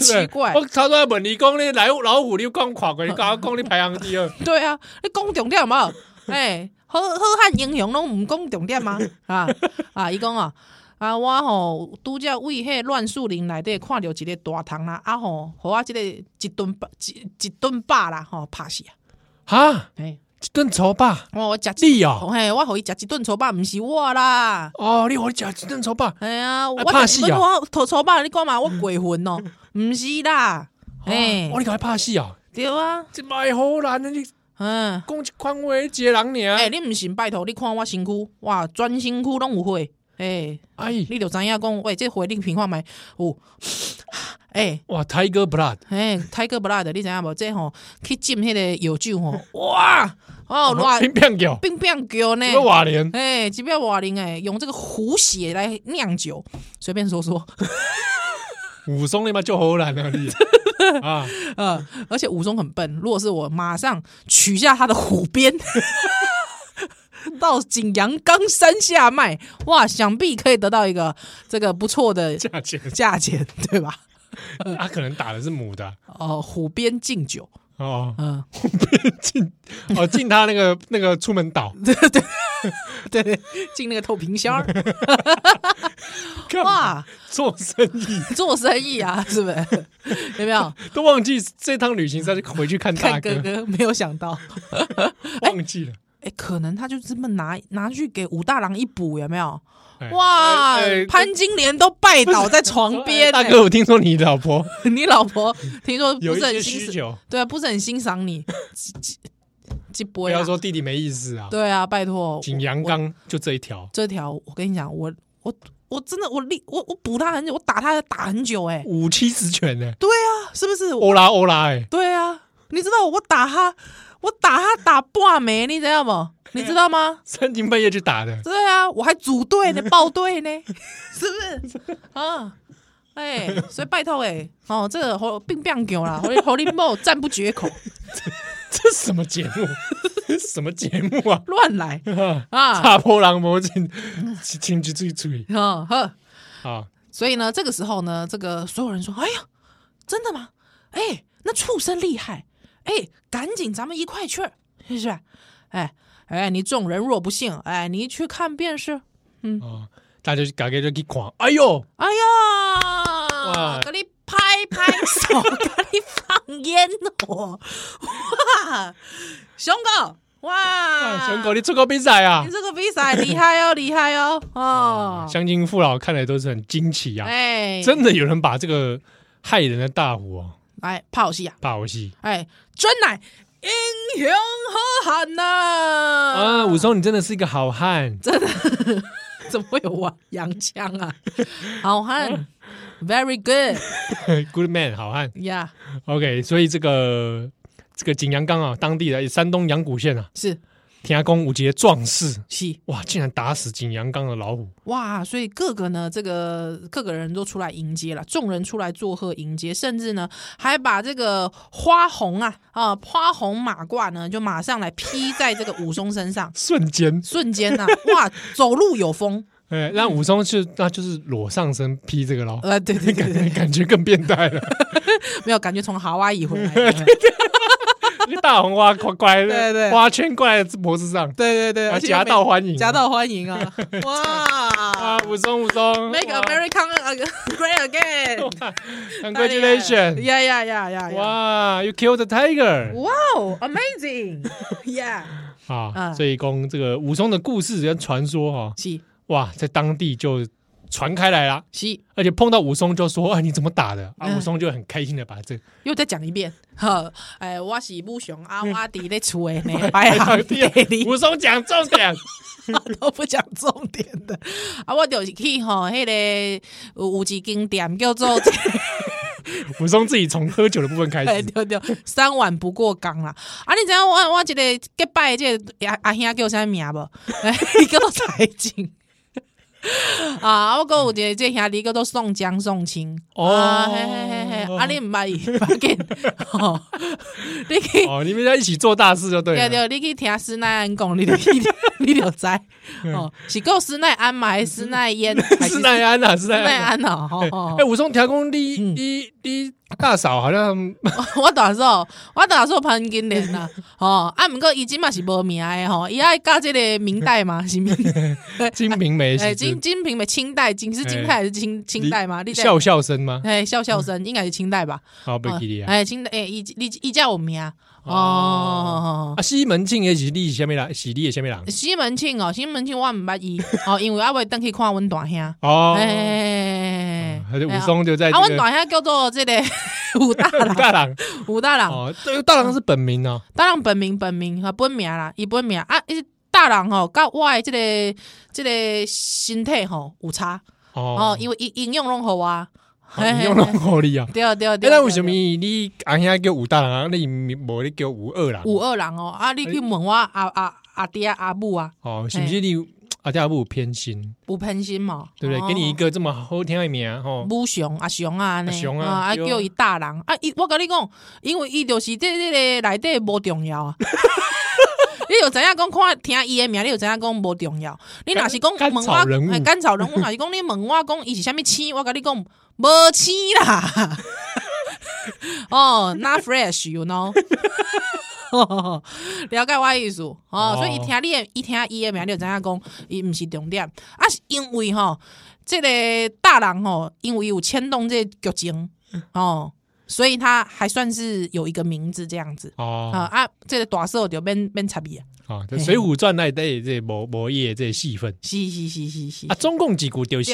S2: 对
S3: 啊奇怪，
S2: 我查出来问你讲你来老虎，你又讲跨过，你 讲讲你排行第二，
S3: 对啊，你讲重 点嘛？哎、好好汉英雄拢毋讲重点吗？啊 啊，伊讲啊。啊，我吼拄则为迄乱树林内底看到一个大虫啦，啊吼，互我即个一顿巴一一顿巴啦吼拍死啊！
S2: 哈，
S3: 嘿，
S2: 一顿愁吧，
S3: 我食一，
S2: 你哦，
S3: 嘿，我互伊食一顿粗巴，毋是我啦。
S2: 哦，你我讲一顿哦愁吧，
S3: 哎呀，我
S2: 拍
S3: 食
S2: 死啊
S3: 我粗粗巴，你讲嘛，我鬼 魂哦，毋是啦。哎
S2: 哦，我，你赶快拍死啊！
S3: 对啊，
S2: 这买好难的，你
S3: 嗯，
S2: 讲一款话一个人
S3: 哎、
S2: 尔，
S3: 你毋信拜托，你看我身躯，哇，全身躯拢有火，哎、
S2: 哎，
S3: 你就知影讲，喂，这回令平看卖有， 欸诶
S2: 哇，Tiger Blood，
S3: 诶，泰哥不拉的，你知影无？这吼、去浸迄个药酒吼， 哇哦，哇，
S2: 乒乓球，
S3: 冰冰叫呢
S2: 什，么瓦莲，
S3: 诶，几秒瓦零诶，用这个虎血来酿酒，随便说 说，
S2: 武松你妈就好难啊你， 啊，
S3: 呃，而且武松很笨，如果是我，马上取下他的虎鞭。 到景阳冈山下卖，哇，想必可以得到一个这个不错的
S2: 价钱，
S3: 价钱，对吧？
S2: 他可能打的是母的啊
S3: 哦，虎鞭敬酒，
S2: 哦，
S3: 嗯，
S2: 进哦进他那个那个出门岛，
S3: 对，进那个透瓶箱儿，
S2: 干嘛
S3: 哇，
S2: 做生意
S3: 做生意啊，是 不是？有没有
S2: 都忘记这趟旅行再去回去看大
S3: 看
S2: 哥
S3: 哥，哥？没有想到，
S2: 忘记了
S3: 哎，可能他就这么拿拿去给武大郎一补，有没有？
S2: 哎
S3: 哇
S2: 哎哎，
S3: 潘金莲都拜倒在床边、
S2: 哎大
S3: 哎
S2: 哥，我听说你老婆
S3: 你老婆听说
S2: 有
S3: 不
S2: 一
S3: 是
S2: 些
S3: 很
S2: 需
S3: 欣赏，
S2: 求，
S3: 对啊，不是很欣赏你，几几几
S2: 不
S3: 波呀
S2: 要？说弟弟没意思啊。
S3: 对啊，拜托，
S2: 景阳冈就这一条，
S3: 这条我跟你讲，我我我真的我力我我补他很久，我打他打很久、哎，
S2: 五七十拳呢，
S3: 对啊，是不是？我
S2: 欧拉欧拉哎，
S3: 对啊，你知道我打他，我打他打半没，你知道不？你知道吗？
S2: 三更半夜去打的，
S3: 对啊，我还组队呢，报队呢，是不是啊？哎、所以拜托哎、哦，这个猴并变狗啦，狐狸狐狸猫赞不绝口，
S2: 这什么节目？ 这什么节目啊？
S3: 乱来啊！
S2: 差破狼魔镜， 亲去最嘴
S3: 呵呵，
S2: 啊！
S3: 所以呢，这个时候呢，这个所有人说：“哎呀，真的吗？哎、那畜生厉害！哎、赶紧咱们一块去，是不是？哎哎，你众人若不信，哎，你去看便是。嗯
S2: 哦，大家就大家就去看，哎呦，
S3: 哎呀
S2: 哇，
S3: 给你拍拍手，给你放烟火，哇，熊狗，哇，
S2: 小狗，你啊出国比赛啊
S3: 你！这个比赛厉害哦，厉害哦，哦，
S2: 乡亲父老看来都是很惊奇啊！
S3: 哎，
S2: 真的有人把这个害人的大虎哦，
S3: 来泡戏啊！
S2: 大游戏
S3: 哎，真乃英雄好汉呐、
S2: 啊！武松，你真的是一个好汉，
S3: 怎么会有哇洋腔啊？好
S2: 嗯
S3: 汉，very good
S2: good man，好汉。
S3: 呀、
S2: OK，所以这个这个景阳冈啊，当地的山东阳谷县啊，
S3: yeah,，是
S2: 天涯宫五杰壮士，
S3: 是
S2: 哇，竟然打死景阳冈的老虎，，
S3: 哇，所以各个呢，这个各个人都出来迎接了，众人出来作贺迎接，甚至呢还把这个花红啊啊花红马褂呢，就马上来披在这个武松身上
S2: 瞬间，
S3: 瞬间呐、哇，走路有风，
S2: 哎，让武松是那就是裸上身披这个咯，
S3: 呃，对对对 对，
S2: 感觉更变态 了。
S3: 没有感觉从夏威夷回来的。
S2: 那个大红花挂挂在
S3: 对对
S2: 花圈挂在脖子上，
S3: 对对对，
S2: 啊
S3: 而且
S2: 夹
S3: 又美
S2: 道欢迎
S3: 夹道欢 迎啊！哇
S2: 啊，武松武松啊
S3: ，Make
S2: 哇
S3: America Great Again！
S2: Congratulations！
S3: 呀呀呀呀！哇
S2: 哇，You killed the tiger！
S3: 哇哦，Amazing！Yeah，
S2: 啊，
S3: 嗯
S2: 所以供这个武松的故事跟传说哈，
S3: 是
S2: 哇，在当地就传开来啦。
S3: 是，
S2: 而且碰到武松就说：“啊，你怎么打的？”啊，
S3: 嗯
S2: 武松就很开心的把 这
S3: 又再讲一遍。呵，哎，我是武雄啊，我伫咧厝诶呢，排 行第二，
S2: 哎武松讲重 点，
S3: 都不讲重点的。啊，我就是去吼，迄个有有一间店叫做。
S2: 武松自己从喝酒的部分开
S3: 对
S2: 始。
S3: 对对，三碗不过冈啦。啊，你知影我我一个结拜的这个阿阿兄叫啥名无？ 哎，伊叫做柴静。 啊，我讲有一个这兄弟叫做宋江宋清。
S2: 哦
S3: 啊嘿嘿嘿嘿，啊，你毋捌伊，别紧。吼， 你去，
S2: 哦，你们要一起做大事就对啊
S3: 对
S2: 了。
S3: 对，你去听施耐庵讲，你就你就你就 知。哦，是够施耐庵嘛，还是施耐庵？还
S2: 是
S3: 施
S2: 奈安啊呐，是奈
S3: 耐
S2: 安。
S3: 庵哦嗯吼吼。
S2: 哎，武松调工第一第一第一大嫂好 像
S3: 我打说，我打说潘金莲呐，哦，啊， 毋过伊即嘛是无名的吼，伊爱教即个明代嘛，是明，
S2: 金瓶梅哎
S3: 诶，
S2: 是
S3: 哎金金瓶的清代，金是金代还是清清代嘛？你知
S2: 笑笑声吗？
S3: 哎，笑笑声应该是清代吧？
S2: 好，贝
S3: 哦
S2: 吉利啊。
S3: 哎，清代哎，伊伊伊叫我名哦。哎
S2: 啊，西门庆也是立下面啦，喜立的下面啦。
S3: 西门庆哦，西门庆我毋捌伊哦，因为阿未登去看阮大兄，
S2: 哦，
S3: 哎，
S2: 而且武松就在
S3: 啊，
S2: 这
S3: 阮
S2: 个
S3: 大兄叫做即个武大郎，
S2: 大郎
S3: 武大郎，
S2: 哦，这个大郎是本名哦。
S3: 当然本名本名和本名啦，伊本名啊，伊大人吼，甲我诶即、个即、个身体吼有差哦
S2: 哦，
S3: 因为应应用拢互我，嘿
S2: 哦
S3: 嘿
S2: 你用
S3: 嘿
S2: 弄好力啊。
S3: 对对对
S2: 哎，
S3: 对，
S2: 那为什么
S3: 对啊
S2: 你阿兄叫武大郎，啊你无你叫武二郎？
S3: 五二人哦？啊，你去问我阿阿阿爹阿母啊，
S2: 哦，是不是你阿家母有偏心，
S3: 有偏心嘛？
S2: 对不对？
S3: 哦
S2: 给你一个这么好听的名哦，
S3: 母熊啊熊啊
S2: 啊，
S3: 呢
S2: 熊啊
S3: 啊啊
S2: 对啊
S3: 叫伊大人 啊，伊我甲你讲，因为伊就是这这个内底无重要啊。你你有怎样讲看听伊的名，你有怎样讲无重要。你若是讲
S2: 甘
S3: 问
S2: 草人物
S3: 我，哎甘草 人物，若是讲你问我讲伊是啥物星，我甲你讲无星 啦。 哦、n o t fresh，you know 了解我的意思哦，
S2: 哦
S3: 所以伊听你的，伊听伊的名，你就知影讲伊毋是重点啊，是因为吼，即、个大人吼，因为有牵动这个剧情
S2: 嗯
S3: 哦，所以他还算是有一个名字这样子啊
S2: 哦
S3: 啊，这个大手就变变插伊啊，
S2: 哦，这《水浒传》那一代这某某页这戏份
S3: 是是是是是
S2: 啊，，中共几股就是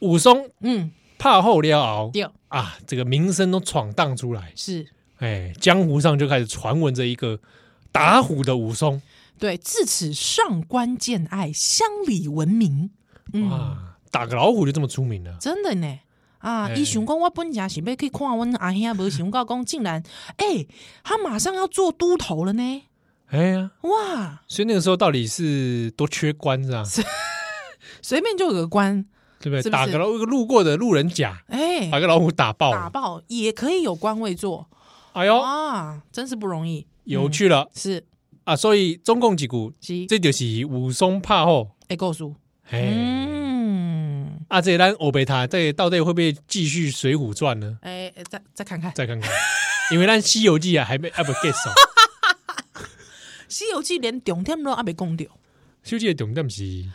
S2: 武松
S3: 嗯，
S2: 怕后撩熬
S3: 对，
S2: 啊，这个名声都闯荡出来，
S3: 是。
S2: 哎，江湖上就开始传闻着一个打虎的武松
S3: 对，至此上官见爱，乡里闻名。嗯，
S2: 啊，打个老虎就这么出名了。
S3: 真的呢。啊！
S2: 哎
S3: 伊想讲，我本家是要去看阮阿兄，无想到讲竟然，哎、他马上要做都头了呢！
S2: 哎呀，
S3: 哇，
S2: 所以那个时候到底是多缺官是吧？
S3: 随便就有个官，
S2: 对不对？
S3: 是不
S2: 打
S3: 是
S2: 个老一个路过的路人甲，
S3: 哎、
S2: 把个老虎打爆
S3: 打
S2: 了。
S3: 爆嗯也可以有官位做，
S2: 哎呦，
S3: 哇，真是不容易。
S2: 有趣了
S3: 是
S2: 啊！所以中共几股，
S3: 是
S2: 这就是武松怕后。
S3: 哎，告诉，
S2: 哎，
S3: 嗯，
S2: 啊，这单欧贝塔这到底会不会继续《水浒传》呢？
S3: 哎、哎再再看看《
S2: 再看看，因为咱《西游记》啊还没还不 get 到，《
S3: 西游记》连重点都还没讲到，
S2: 西游记》的重点是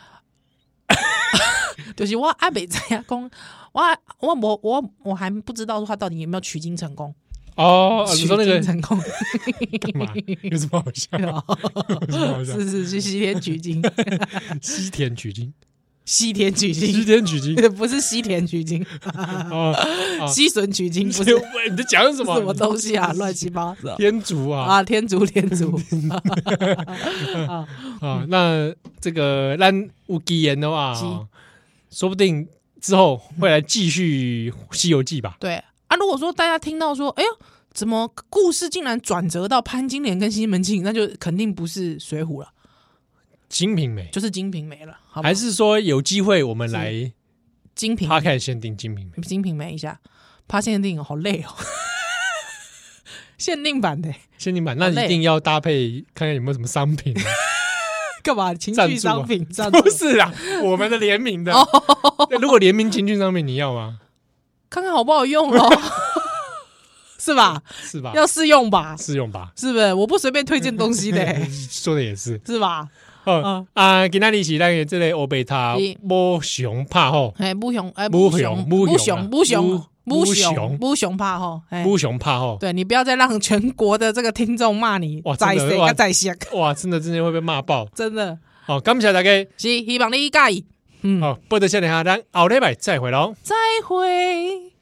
S3: 就是我还没知影讲，我我我我我还不知道说他到底有没有取经成功，
S2: 哦，
S3: 取
S2: 你说那个
S3: 经成 功，哦
S2: 干嘛？有什么好笑？ 有什么好笑？
S3: 是是是西天取 经，
S2: 西田取经，
S3: 西天取
S2: 西
S3: 经。
S2: 田取经
S3: 不是西田取经，
S2: 啊！啊
S3: 西神取 经不是
S2: 喂你在讲什么？
S3: 什么东西 啊，乱七八糟。
S2: 天竺啊
S3: 啊，天竺天 竺，
S2: 啊！那这个咱无吉言的话
S3: 是，
S2: 说不定之后会来继续《西游记》吧？
S3: 对啊。如果说大家听到说，哎呦，怎么故事竟然转折到潘金莲跟西门庆，那就肯定不是《水浒》了，
S2: 金瓶梅，
S3: 就是《金瓶梅》了，好吧？
S2: 还是说有机会我们来
S3: 金瓶
S2: p？o d 限定金瓶梅？
S3: 《金瓶梅》一下，趴限定好累哦， 限定版的
S2: 限定版，那
S3: 好累
S2: 一定要搭配看看有没有什么商品、 啊，
S3: 干嘛？情
S2: 赞
S3: 趣
S2: 助啊
S3: 商品赞助
S2: 不是啦，我们的联名 的。
S3: 哦
S2: 对如果联名情趣商品，你要吗？
S3: 看看好不好用 咯，是吧？
S2: 是吧？
S3: 要试用吧，
S2: 试用吧。
S3: 是不是？我不随便推荐东西的、
S2: 说的也是，
S3: 是吧？
S2: 哦啊，今天你是那个这类欧贝塔
S3: 是
S2: 摸熊怕吼，
S3: 哎，不熊，哎，
S2: 不
S3: 不
S2: 熊
S3: 熊，
S2: 不
S3: 不
S2: 熊啊
S3: 熊，不熊，
S2: 不
S3: 不
S2: 熊
S3: 熊，不熊怕吼，哎，
S2: 摸熊怕吼，
S3: 对你不要再让全国的这个听众骂你
S2: 哇，
S3: 在
S2: 真的
S3: 谁
S2: 哇
S3: 跟在谁，
S2: 哇，真的真的会被骂爆。
S3: 真的
S2: 好，感谢大家，哦
S3: 是希望你介意，嗯，
S2: 好，不得下来哈，咱后礼拜再会喽。
S3: 再会。